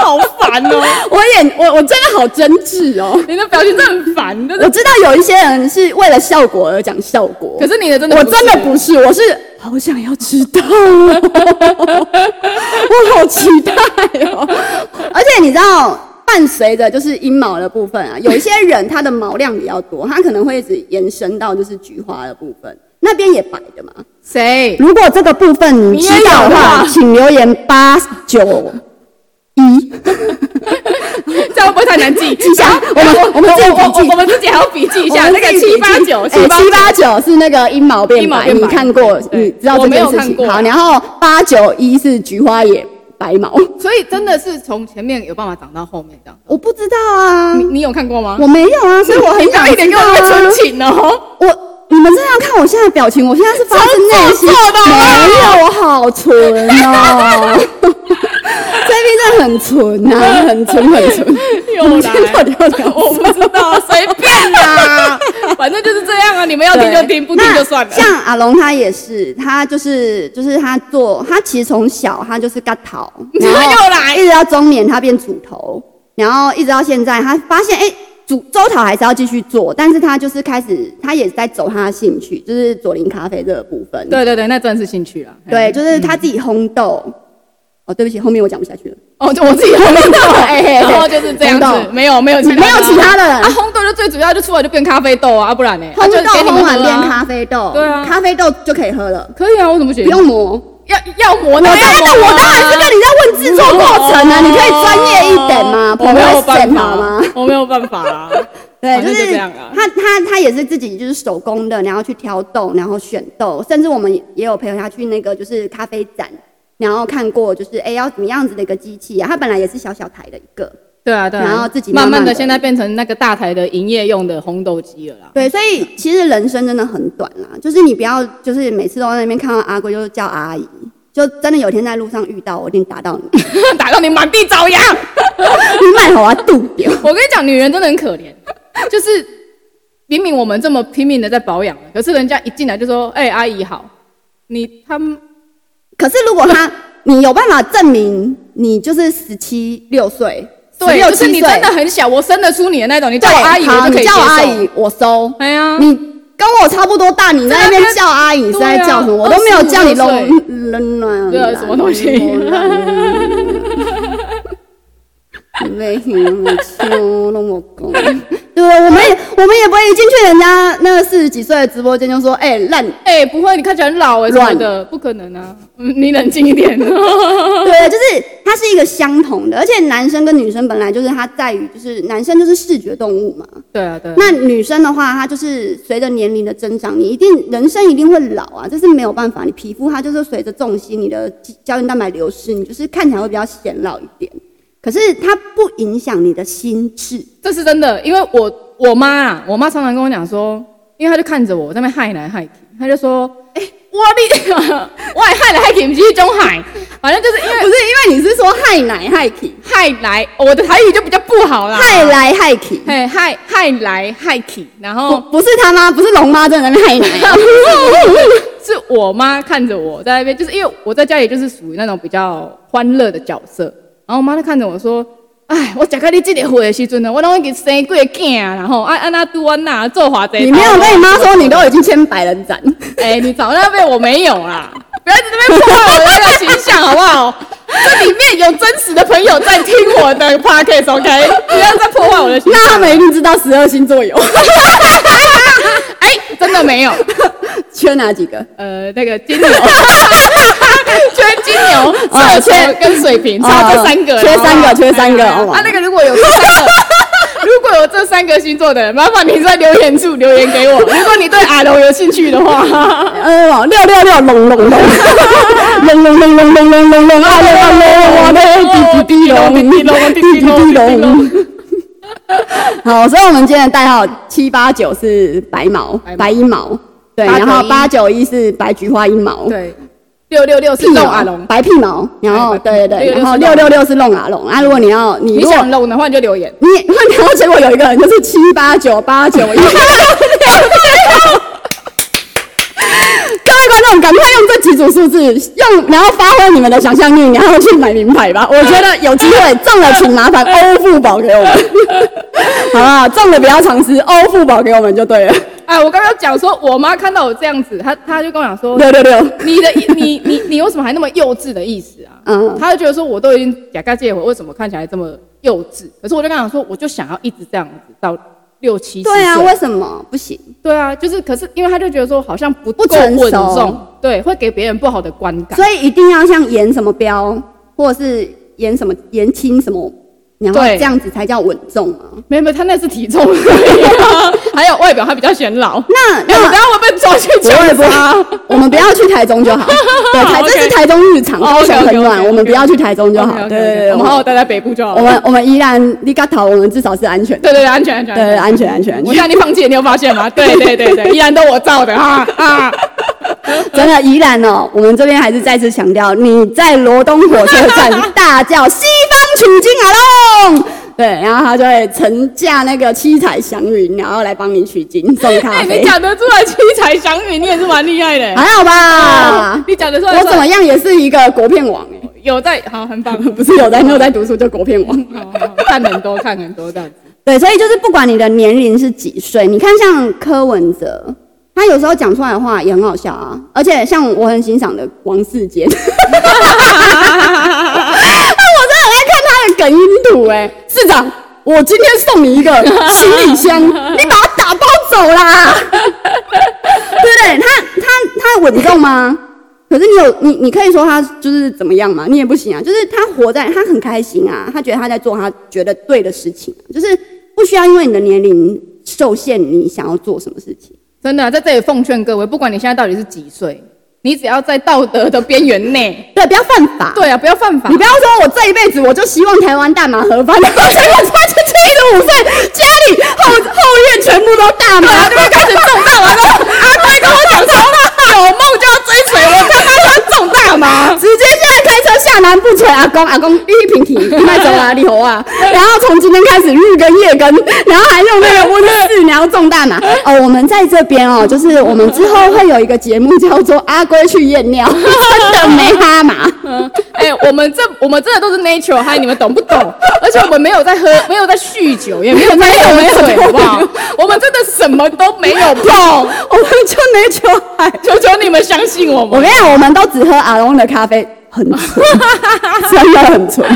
Speaker 2: 好烦哦、
Speaker 1: 我眼我我真的好真挚哦。
Speaker 2: 你的表情真的很烦，真
Speaker 1: 我
Speaker 2: 的。
Speaker 1: 知道有一些人是为了效果而讲效果，
Speaker 2: 可是你的真的，
Speaker 1: 我真的，不是，我是好想要知道哦， 我好期待哦。而且你知道，伴随着就是阴毛的部分啊，有一些人他的毛量比较多，他可能会一直延伸到就是菊花的部分，那边也白的嘛。
Speaker 2: 谁？
Speaker 1: 如果这个部分你知
Speaker 2: 你
Speaker 1: 道
Speaker 2: 也有
Speaker 1: 的
Speaker 2: 的
Speaker 1: 话
Speaker 2: 话，
Speaker 1: 请留言八九一
Speaker 2: 这样会不会太难记？
Speaker 1: 记下，我们我们自己
Speaker 2: 我
Speaker 1: 笔
Speaker 2: 我
Speaker 1: 记
Speaker 2: 我。们自己还要笔记一下
Speaker 1: 我
Speaker 2: 那
Speaker 1: 们
Speaker 2: 个
Speaker 1: 自己
Speaker 2: 七八
Speaker 1: 笔记
Speaker 2: 九
Speaker 1: 哎
Speaker 2: 七八
Speaker 1: 七八九是那个阴毛变
Speaker 2: 阴毛
Speaker 1: 白，
Speaker 2: 变
Speaker 1: 你
Speaker 2: 白
Speaker 1: 看过，
Speaker 2: 对
Speaker 1: 你知道
Speaker 2: 我
Speaker 1: 这
Speaker 2: 没
Speaker 1: 件
Speaker 2: 有
Speaker 1: 事
Speaker 2: 看
Speaker 1: 情。
Speaker 2: 过
Speaker 1: 好，然后八九一是菊花也白毛，
Speaker 2: 所以真的是从前面有办法长到后面这样。
Speaker 1: 我不知道啊
Speaker 2: 你，你有看过吗？
Speaker 1: 我没有啊，所以我很想
Speaker 2: 一点
Speaker 1: 知
Speaker 2: 给
Speaker 1: 道
Speaker 2: 我那个
Speaker 1: 啊
Speaker 2: 纯。情哦。
Speaker 1: 我你们真的要看我现在的表情，我现在是发自内心，没有，我好 纯哦。这 B 真的很纯啊，很纯很纯。我
Speaker 2: 又
Speaker 1: 们今天到
Speaker 2: 来，
Speaker 1: 底要聊
Speaker 2: 我不知道，随便啦， 反正就是这样啊。你们要
Speaker 1: 对
Speaker 2: 听就听，不听就算了
Speaker 1: 那。像阿龙他也是，他就是就是他做，他其实从小他就是嘎头，然
Speaker 2: 又
Speaker 1: 后
Speaker 2: 来
Speaker 1: 一直到中年他变主头，然后一直到现在他发现哎。主周桃还是要继续做，但是他就是开始，他也在走他的兴趣，就是左林咖啡这个部分。
Speaker 2: 对对对，那真的是兴趣啦。
Speaker 1: 对，就是他自己烘豆。哦，对不起，后面我讲不下 去了。
Speaker 2: 哦，就我自己烘豆，
Speaker 1: 哎嘿嘿
Speaker 2: 然后 就是这样
Speaker 1: 烘
Speaker 2: 子
Speaker 1: 豆，
Speaker 2: 没有没有其他的
Speaker 1: 没有其他 的
Speaker 2: 啊，烘豆就最主要就出来就变咖啡豆啊，不然呢？啊
Speaker 1: 烘
Speaker 2: 就是
Speaker 1: 豆
Speaker 2: 给你们
Speaker 1: 烘完
Speaker 2: 喝啊
Speaker 1: 变咖啡豆，
Speaker 2: 对啊
Speaker 1: 咖啡豆就可以喝了，
Speaker 2: 可以啊，我怎么觉
Speaker 1: 不
Speaker 2: 得
Speaker 1: 用磨。
Speaker 2: 要要磨呢？
Speaker 1: 我
Speaker 2: 要
Speaker 1: 当然，我
Speaker 2: 磨啊
Speaker 1: 当然是跟你在问制作过程啊，
Speaker 2: 哦
Speaker 1: 你可以专业一点吗？
Speaker 2: 我没有办
Speaker 1: 审
Speaker 2: 法
Speaker 1: 好吗？
Speaker 2: 我没有办法啊。
Speaker 1: 对，
Speaker 2: 反正
Speaker 1: 是
Speaker 2: 这样啊。
Speaker 1: 他他他也是自己就是手工的，然后去挑豆，然后选豆，甚至我们也有陪他去那个就是咖啡展，然后看过就是哎要怎么样子的一个机器啊，它本来也是小小台的一个，
Speaker 4: 对啊，对啊。
Speaker 1: 然后自己
Speaker 4: 慢
Speaker 1: 慢慢
Speaker 4: 慢的，
Speaker 1: 地
Speaker 4: 现在变成那个大台的营业用的红豆机了啦。
Speaker 2: 哦
Speaker 1: 对，所以其实人生真的很短啦，就是你不要就是每次都在那边看到阿贵就叫阿姨，就真的有一天在路上遇到，我一定打到你，
Speaker 2: 打到你满地找牙。
Speaker 1: 你卖好啊度掉。
Speaker 2: 我跟你讲，女人真的很可怜， 就是明明我们这么拼命的在保养了，可是人家一进来就说：“哎、阿姨好。”你他们
Speaker 1: 可是如果他你有办法证明你就是十七六岁，
Speaker 2: 对，
Speaker 1: 六
Speaker 2: 就是
Speaker 1: 七
Speaker 2: 你
Speaker 1: 岁，
Speaker 2: 真的很小，我生得出你的那种，你叫
Speaker 1: 对
Speaker 2: 我阿姨，
Speaker 1: 好
Speaker 2: 我就可
Speaker 1: 你
Speaker 2: 以
Speaker 1: 叫我阿
Speaker 2: 接受。
Speaker 1: 姨我收，
Speaker 2: 哎呀，
Speaker 1: 你跟我差不多大，你在那边叫阿姨是在叫什么？我都没有叫你
Speaker 2: 对啊
Speaker 1: 龙扔卵，
Speaker 2: 对啊什么东西
Speaker 1: 没没秋那么高，对，我们也我们也不会一进去人家那个四十几岁的直播间就说，哎、烂，
Speaker 2: 哎、不会，你看起来很老哎、什么
Speaker 1: 乱
Speaker 2: 的，不可能啊！嗯你冷静一点。
Speaker 1: 对，就是它是一个相同的，而且男生跟女生本来就是它在于就是男生就是视觉动物嘛，
Speaker 4: 对啊，对啊。
Speaker 1: 那女生的话，她就是随着年龄的增长，你一定人生一定会老啊，这是没有办法。你皮肤它就是随着重心，你的胶原蛋白流失，你就是看起来会比较显老一点。可是它不影响你的心智，
Speaker 2: 这是真的，因为我我妈啊，我妈常常跟我讲说，因为她就看着我在那边害来害去，她就说：“哎、我你 我也害来害去，不是那种害，反正就是因为
Speaker 1: 不是因为你是说害奶害体，
Speaker 2: 害来，我的台语就比较不好啦。
Speaker 1: 害来害体，
Speaker 2: 嘿，害害来害去，然
Speaker 1: 不
Speaker 2: 后
Speaker 1: 不是他妈，不是龙妈在那边害奶，
Speaker 2: 是我妈看着我在那边，就是因为我在家里就是属于那种比较欢乐的角色，然后我妈就看着我说：“哎，我假到你这个岁的时阵呢，我拢已经生几个囝，然后啊啊那拄啊那做华仔。”
Speaker 1: 你没有跟你妈说你都已经签百人斩，
Speaker 2: 哎、你早那边我没有啦，不要在这边破坏我的那个形象好不 好？这里面有真实的朋友在听我的 podcast，OK？、不 要再破坏我的形象。
Speaker 1: 那他们一定知道十二星 座有
Speaker 2: 哎、真的没有，
Speaker 1: 缺哪几个？
Speaker 2: 呃，那个金牛，缺金牛、
Speaker 1: 哦
Speaker 2: 射手跟水瓶，差这三个，
Speaker 1: 缺
Speaker 2: 好不好
Speaker 1: 三个，缺三个，哦
Speaker 2: 啊，那个如果有这三个，如果有这三个星座的人，麻烦你在留言处留言给我。如果你对阿龙有兴趣的话，
Speaker 1: 呃，往六六六隆隆隆，隆隆隆隆隆隆隆隆，啊六啊六，我的滴滴滴隆，滴滴隆，滴滴滴隆。好，所以我们今天的代号七八九是白毛，白阴毛，对，
Speaker 2: 八九
Speaker 1: 然后
Speaker 2: 一
Speaker 1: 八九一是白菊花阴毛，
Speaker 2: 对，六六六是
Speaker 1: 屁毛，哦
Speaker 2: 弄阿龙。
Speaker 1: 白屁毛，然后对对对，然后
Speaker 2: 六
Speaker 1: 六
Speaker 2: 六
Speaker 1: 六六是弄阿龙啊。如果你要，你
Speaker 2: 你
Speaker 1: 如果
Speaker 2: 想弄的话，你就留言。
Speaker 1: 你那然后结果有一个人就是七八九八九一。各位 观众，赶快用这几组数字，用然后发挥你们的想象力，然后去买名牌吧。我觉得有机会中了，请麻烦欧付宝给我们， 好不好？中了不要尝试，欧付宝给我们就对了。
Speaker 2: 哎，我刚刚讲说，我妈看到我这样子，她她就跟我讲 说，
Speaker 1: 六六六，
Speaker 2: 你的你你你为什么还那么幼稚的意思啊？
Speaker 1: 嗯，
Speaker 2: 她就觉得说，我都已经假干结婚，为什么看起来这么幼稚？可是我就跟她讲说，我就想要一直这样子到六七十岁。
Speaker 1: 对啊，为什么不行？
Speaker 2: 对啊，就是可是因为她就觉得说，好像不
Speaker 1: 不
Speaker 2: 够
Speaker 1: 成熟
Speaker 2: 稳重，对，会给别人不好的观感。
Speaker 1: 所以一定要像演什么标，或者是演什么言轻什么，然后
Speaker 2: 对
Speaker 1: 这样子才叫稳重啊。
Speaker 2: 没有没有，她那是体重而已 啊，还有外表，她比较显老。
Speaker 1: 那
Speaker 2: 哎，我
Speaker 1: 那
Speaker 2: 等一下会被抓 去
Speaker 1: 不会不
Speaker 2: 检查。
Speaker 1: 会，我们不要哦去台中就 好。对，台
Speaker 2: OK
Speaker 1: 这是台中日常，
Speaker 2: 哦
Speaker 1: 高雄
Speaker 2: OK，OK，OK，
Speaker 1: 很暖，
Speaker 2: OK，OK
Speaker 1: 我们不要去台中就好。对
Speaker 2: OK，OK，OK，
Speaker 1: 对对，
Speaker 2: 我
Speaker 1: 我
Speaker 2: 们好
Speaker 1: 们
Speaker 2: 好待在北部就好
Speaker 1: 我
Speaker 2: 了。
Speaker 1: 们我们依然利嘎桃，我们至少是安全的。
Speaker 2: 对对对，安全安全。
Speaker 1: 对，对安全安全安
Speaker 2: 我
Speaker 1: 全，
Speaker 2: 让你放弃，你有发现 吗？对对对对，依然都我造的哈 啊！
Speaker 1: 真的依然哦，我们这边还是再次强调，你在罗东火车站大叫西方取经阿龙，对，然后他就会乘驾那个七彩祥云，然后来帮你取经送咖
Speaker 2: 哎、
Speaker 1: 啡
Speaker 2: 你，讲得出来七彩祥云，你也是蛮厉害的、
Speaker 1: 还好吧
Speaker 2: 啊！？
Speaker 1: 哦
Speaker 2: 你讲得出来，
Speaker 1: 我怎么样也是一个国片王哎，
Speaker 2: 有在？好，很棒，
Speaker 1: 不是有在没有在读书就国片王。
Speaker 2: 好好好看很多，看很多这样子。
Speaker 1: 对，所以就是不管你的年龄是几岁，你看像柯文哲，他有时候讲出来的话也很好笑啊。而且像我很欣赏的王世坚，我 真的很爱看他的梗音图哎、市长，我今天送你一个行李箱，你把它打包走啦， 对不对？他他他稳重吗？可是你有你，你可以说他就是怎么样嘛？你也不行啊，就是他活在他很开心啊，他觉得他在做他觉得对的事情，啊就是不需要因为你的年龄受限你想要做什么事情。
Speaker 2: 真的啊、在这里奉劝各位，不管你现在到底是几岁，你只要在道德的边缘 内，
Speaker 1: 对，不要犯法。
Speaker 2: 对啊，不要犯法
Speaker 1: 你。不要说我这一辈子我就希望台湾大麻 合法，然后现在超级七十五岁，家里后后院全部都大麻，
Speaker 2: 就会啊开始种大麻，然后阿乖跟我讲说，有梦就要追随，我他妈就要种大麻。
Speaker 1: 直接现在开车下南部捶阿公，阿公一平停，你迈走哪里猴啊？然后从今天开始日更夜更，然后还用那个温室苗种大麻。哦，我们在这边
Speaker 2: 嗯
Speaker 1: 哦，就是我们之后会有一个节目叫做《阿龟去 验尿》，真的没哈麻。
Speaker 2: 哎、我们这我们真的都是 nature 嗨，你们懂不懂？而且我们没有 在喝，没有在酗酒， 也没有在喝水，好不好？我们真的什么都没 有碰，
Speaker 1: 我们就没酒海。
Speaker 2: 求求你们相信我
Speaker 1: 我
Speaker 2: 们。
Speaker 1: 跟你讲，我们都只喝阿龙的咖啡，很纯，真的很纯。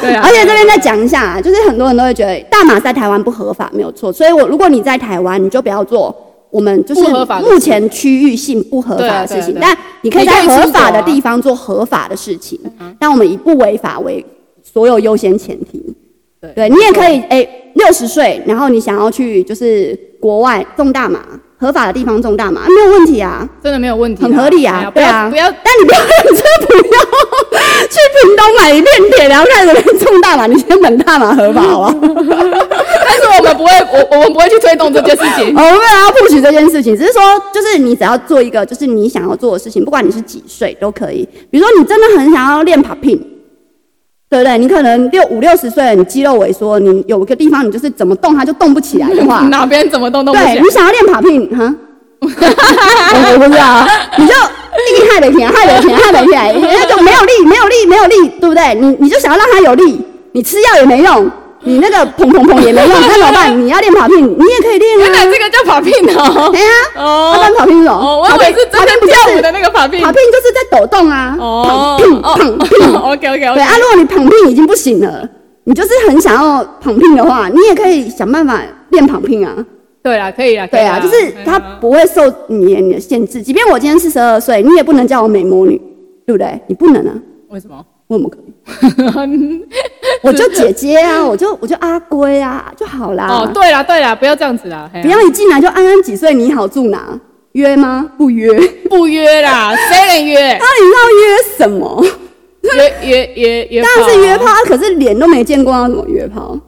Speaker 2: 对啊
Speaker 1: 而，且这边再讲一下啊，就是很多人都会觉得大麻在台湾不合法，没有错。所以我如果你在台湾，你就不要做我们就是
Speaker 2: 不合法的事
Speaker 1: 目前区域性不合
Speaker 2: 对
Speaker 1: 法
Speaker 2: 啊
Speaker 1: 的事情，
Speaker 2: 对啊对
Speaker 1: 但
Speaker 2: 啊
Speaker 1: 你可以在
Speaker 2: 你可以
Speaker 1: 合
Speaker 2: 出国啊
Speaker 1: 法的地方做合法的事情。
Speaker 2: 嗯
Speaker 1: 但我们以不违法为所有优先前提。
Speaker 2: 对
Speaker 1: 对你也可以，哎、六十岁，然后你想要去就是国外种大麻，合法的地方种大麻没有问题啊。
Speaker 2: 真的没有问题啊，
Speaker 1: 很合理
Speaker 2: 哎呀
Speaker 1: 啊，
Speaker 2: 不
Speaker 1: 对
Speaker 2: 要、
Speaker 1: 啊，
Speaker 2: 不要
Speaker 1: 但你不要，你真的不要 去屏东买一片田，然后开始边种大麻，你 先本大麻合法好不好？
Speaker 2: 但是我们不会，我我们不会去推动这件事情。
Speaker 1: 哦，我没有要 push 这件事情，只是说，就是你只要做一个，就是你想要做的事情，不管你是几岁都可以。比如说，你真的很想要练 popping，对不对？你可能六五六十岁了，你肌肉萎缩，你有个地方你就是怎么动它就动不起来的 话，
Speaker 2: 哪边怎么动都不
Speaker 1: 对啊
Speaker 2: 行
Speaker 1: 你。想要练跑屁 哈，我我不知道，你就力害北平，害北平，害北平，那种没有力，没有力，没有力，对不对？你你就想要让他有力，你吃药也没用，你那个砰砰砰也没 用，那怎么办？你要练跑屁，你也可以
Speaker 2: 原
Speaker 1: 练
Speaker 2: 来。
Speaker 1: 啊
Speaker 2: 这个叫跑屁哦
Speaker 1: 哎。呀，
Speaker 2: 哦
Speaker 1: 他当跑屁是什
Speaker 2: 哦，
Speaker 1: 么？
Speaker 2: 我以为是真
Speaker 1: 跑屁
Speaker 2: 的
Speaker 1: 不就
Speaker 2: 跳舞
Speaker 1: 是
Speaker 2: 的那个跑屁。
Speaker 1: 跑屁就是在抖动啊。
Speaker 2: 哦
Speaker 1: 砰
Speaker 2: 哦
Speaker 1: 砰砰 砰
Speaker 2: ，OK OK
Speaker 1: 对
Speaker 2: OK
Speaker 1: 啊，。如果你躺平已经不行了，你就是很想要躺平的话，你也可以想办法练躺平啊。
Speaker 2: 对啦，可以啦，可以
Speaker 1: 对
Speaker 2: 啦哎
Speaker 1: 啊，就是它不会受你年龄的限制。即便我今天四十二岁，你也不能叫我美魔女，对不对？你不能啊，
Speaker 2: 为什么？
Speaker 1: 我怎么可以？啊我就姐姐啊，我就我就阿龟啊就好啦。
Speaker 2: 哦，对啦，对啦，不要这样子啦，嘿啊
Speaker 1: 不要一进来就安安几岁，你好住哪？约吗？不约。 那你
Speaker 2: 不约 啦，谁能约？
Speaker 1: 要约什么？
Speaker 2: 约约约约炮啊，
Speaker 1: 当然是约炮，啊可是脸都没见过，要怎么约炮？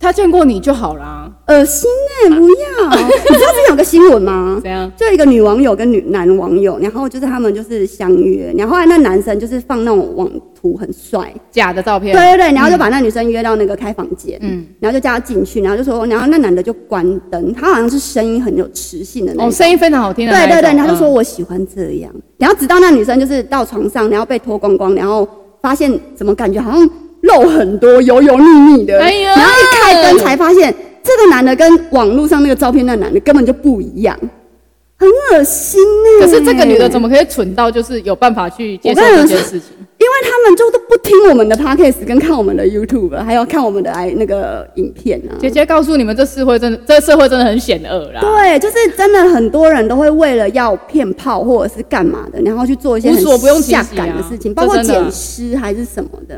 Speaker 2: 他见过你就好啦，
Speaker 1: 恶心哎、不要！你知道之前有个新 闻吗？
Speaker 2: 怎样？
Speaker 1: 就一个女网友跟女男网友，然后就是他们就是相约，然后后来那男生就是放那种网图很帅，
Speaker 2: 假的照片，
Speaker 1: 对对对，然后就把那女生约到那个开房间，嗯
Speaker 2: 嗯，
Speaker 1: 然后就叫她进去，然后就说，哦然后那男的就关灯，他好像是声音很有磁性的那种，
Speaker 2: 哦，声音非常好听的那
Speaker 1: 对
Speaker 2: 一种，
Speaker 1: 对对，然后就
Speaker 2: 嗯
Speaker 1: 说我喜欢这样，然后直到那女生就是到床上，然后被脱光光，然后发现怎么感觉好像肉很多，油油腻腻的，
Speaker 2: 哎呀
Speaker 1: 然后一开灯才发现这个男的跟网络上那个照片那男的根本就不一样，很恶心呢、
Speaker 2: 可是这个女的怎
Speaker 1: 么？
Speaker 2: 么可以蠢到就是有办法去接受
Speaker 1: 我跟你
Speaker 2: 这
Speaker 1: 们
Speaker 2: 件事情？
Speaker 1: 因为他们就都不听我们的 podcast，跟看我们的 YouTube，还有看我们的哎那个影片啊。
Speaker 2: 姐姐告诉你们，这社会真的，这社会真的很险恶啦，
Speaker 1: 对，啊就是真的很多人都会为了要骗炮或者是干嘛的，然后去做一些
Speaker 2: 无
Speaker 1: 很
Speaker 2: 所不用其极
Speaker 1: 下
Speaker 2: 啊
Speaker 1: 感的事情，
Speaker 2: 这
Speaker 1: 包括
Speaker 2: 真的
Speaker 1: 捡尸还是什么的。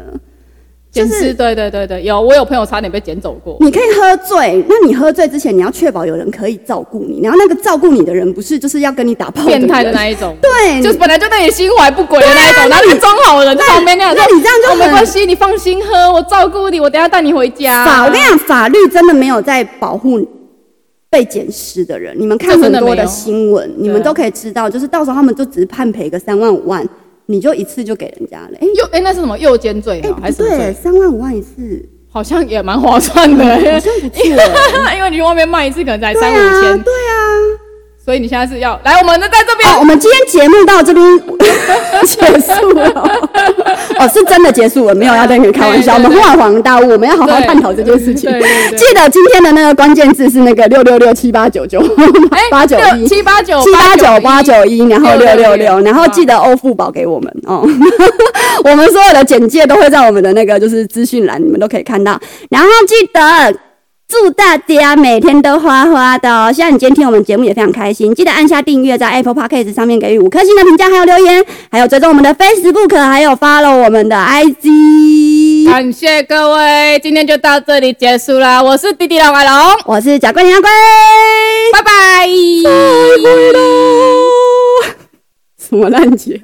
Speaker 1: 就
Speaker 2: 简
Speaker 1: 是哦
Speaker 2: 直对对对对，有我有朋友差点被捡走过，
Speaker 1: 你可以喝醉，那你喝醉之前，你要确保有人可以照顾你，然后那个照顾你的人不是就是要跟你打炮的
Speaker 2: 变态的
Speaker 1: 人
Speaker 2: 那一种。
Speaker 1: 对，
Speaker 2: 就是本来就对你心怀不轨的那一种，然后你装好人在旁边那样说，
Speaker 1: 那你这样就
Speaker 2: 哦没
Speaker 1: 很
Speaker 2: 关系，你放心喝，我照顾你，我等一下带你回家。
Speaker 1: 法，我跟你讲，法律真的没有在保护被捡尸的人。你们看
Speaker 2: 这
Speaker 1: 很
Speaker 2: 真的
Speaker 1: 多
Speaker 2: 没
Speaker 1: 的
Speaker 2: 有
Speaker 1: 新闻，你们
Speaker 2: 对啊
Speaker 1: 都可以知道，就是到时候他们就只是判赔个三万五万，你就一次就给人家了。哎、
Speaker 2: 右哎、那是什么右肩罪吗？还
Speaker 1: 哎，
Speaker 2: 是什么
Speaker 1: 对，
Speaker 2: 罪？
Speaker 1: 三万五万一次，
Speaker 2: 好像也蛮划算的、
Speaker 1: 好
Speaker 2: 欸，
Speaker 1: 像不错、欸。
Speaker 2: 因为你去外面卖一次可能才
Speaker 1: 对
Speaker 2: 三
Speaker 1: 啊
Speaker 2: 五，千，
Speaker 1: 对啊。
Speaker 2: 所以你现在是要来我们的在这边、
Speaker 1: 哦，我们今天节目到这边 结束了。哦，是真的结束了，没有要跟你们开玩笑。我
Speaker 2: 对对
Speaker 1: 们
Speaker 2: 对
Speaker 1: 恍然大悟，我们要好好
Speaker 2: 对
Speaker 1: 探讨这件事情
Speaker 2: 对对。对
Speaker 1: 记得今天的那个关键字是那个六六六七八九九
Speaker 2: 哎
Speaker 1: 八九一
Speaker 2: 六七八九
Speaker 1: 七八九八九一，然后六六六，嗯
Speaker 2: 666
Speaker 1: 然后记得欧付宝给我们哦。 我们所有的简介都会在我们的那个就是资讯栏，你们都可以看到。然后记得祝大家每天都花花的哦！希望你今天听我们节目也非常开心，记得按下订阅，在 Apple Podcast 上面给予五颗星的评价，还有留言，还有追踪我们的 Facebook，还有 follow 我们的 IG。
Speaker 2: 感谢各位，今天就到这里结束啦。我是弟弟老阿龙，
Speaker 1: 我是贾桂林阿龟，
Speaker 2: 拜拜。
Speaker 1: 拜拜喽。什么烂结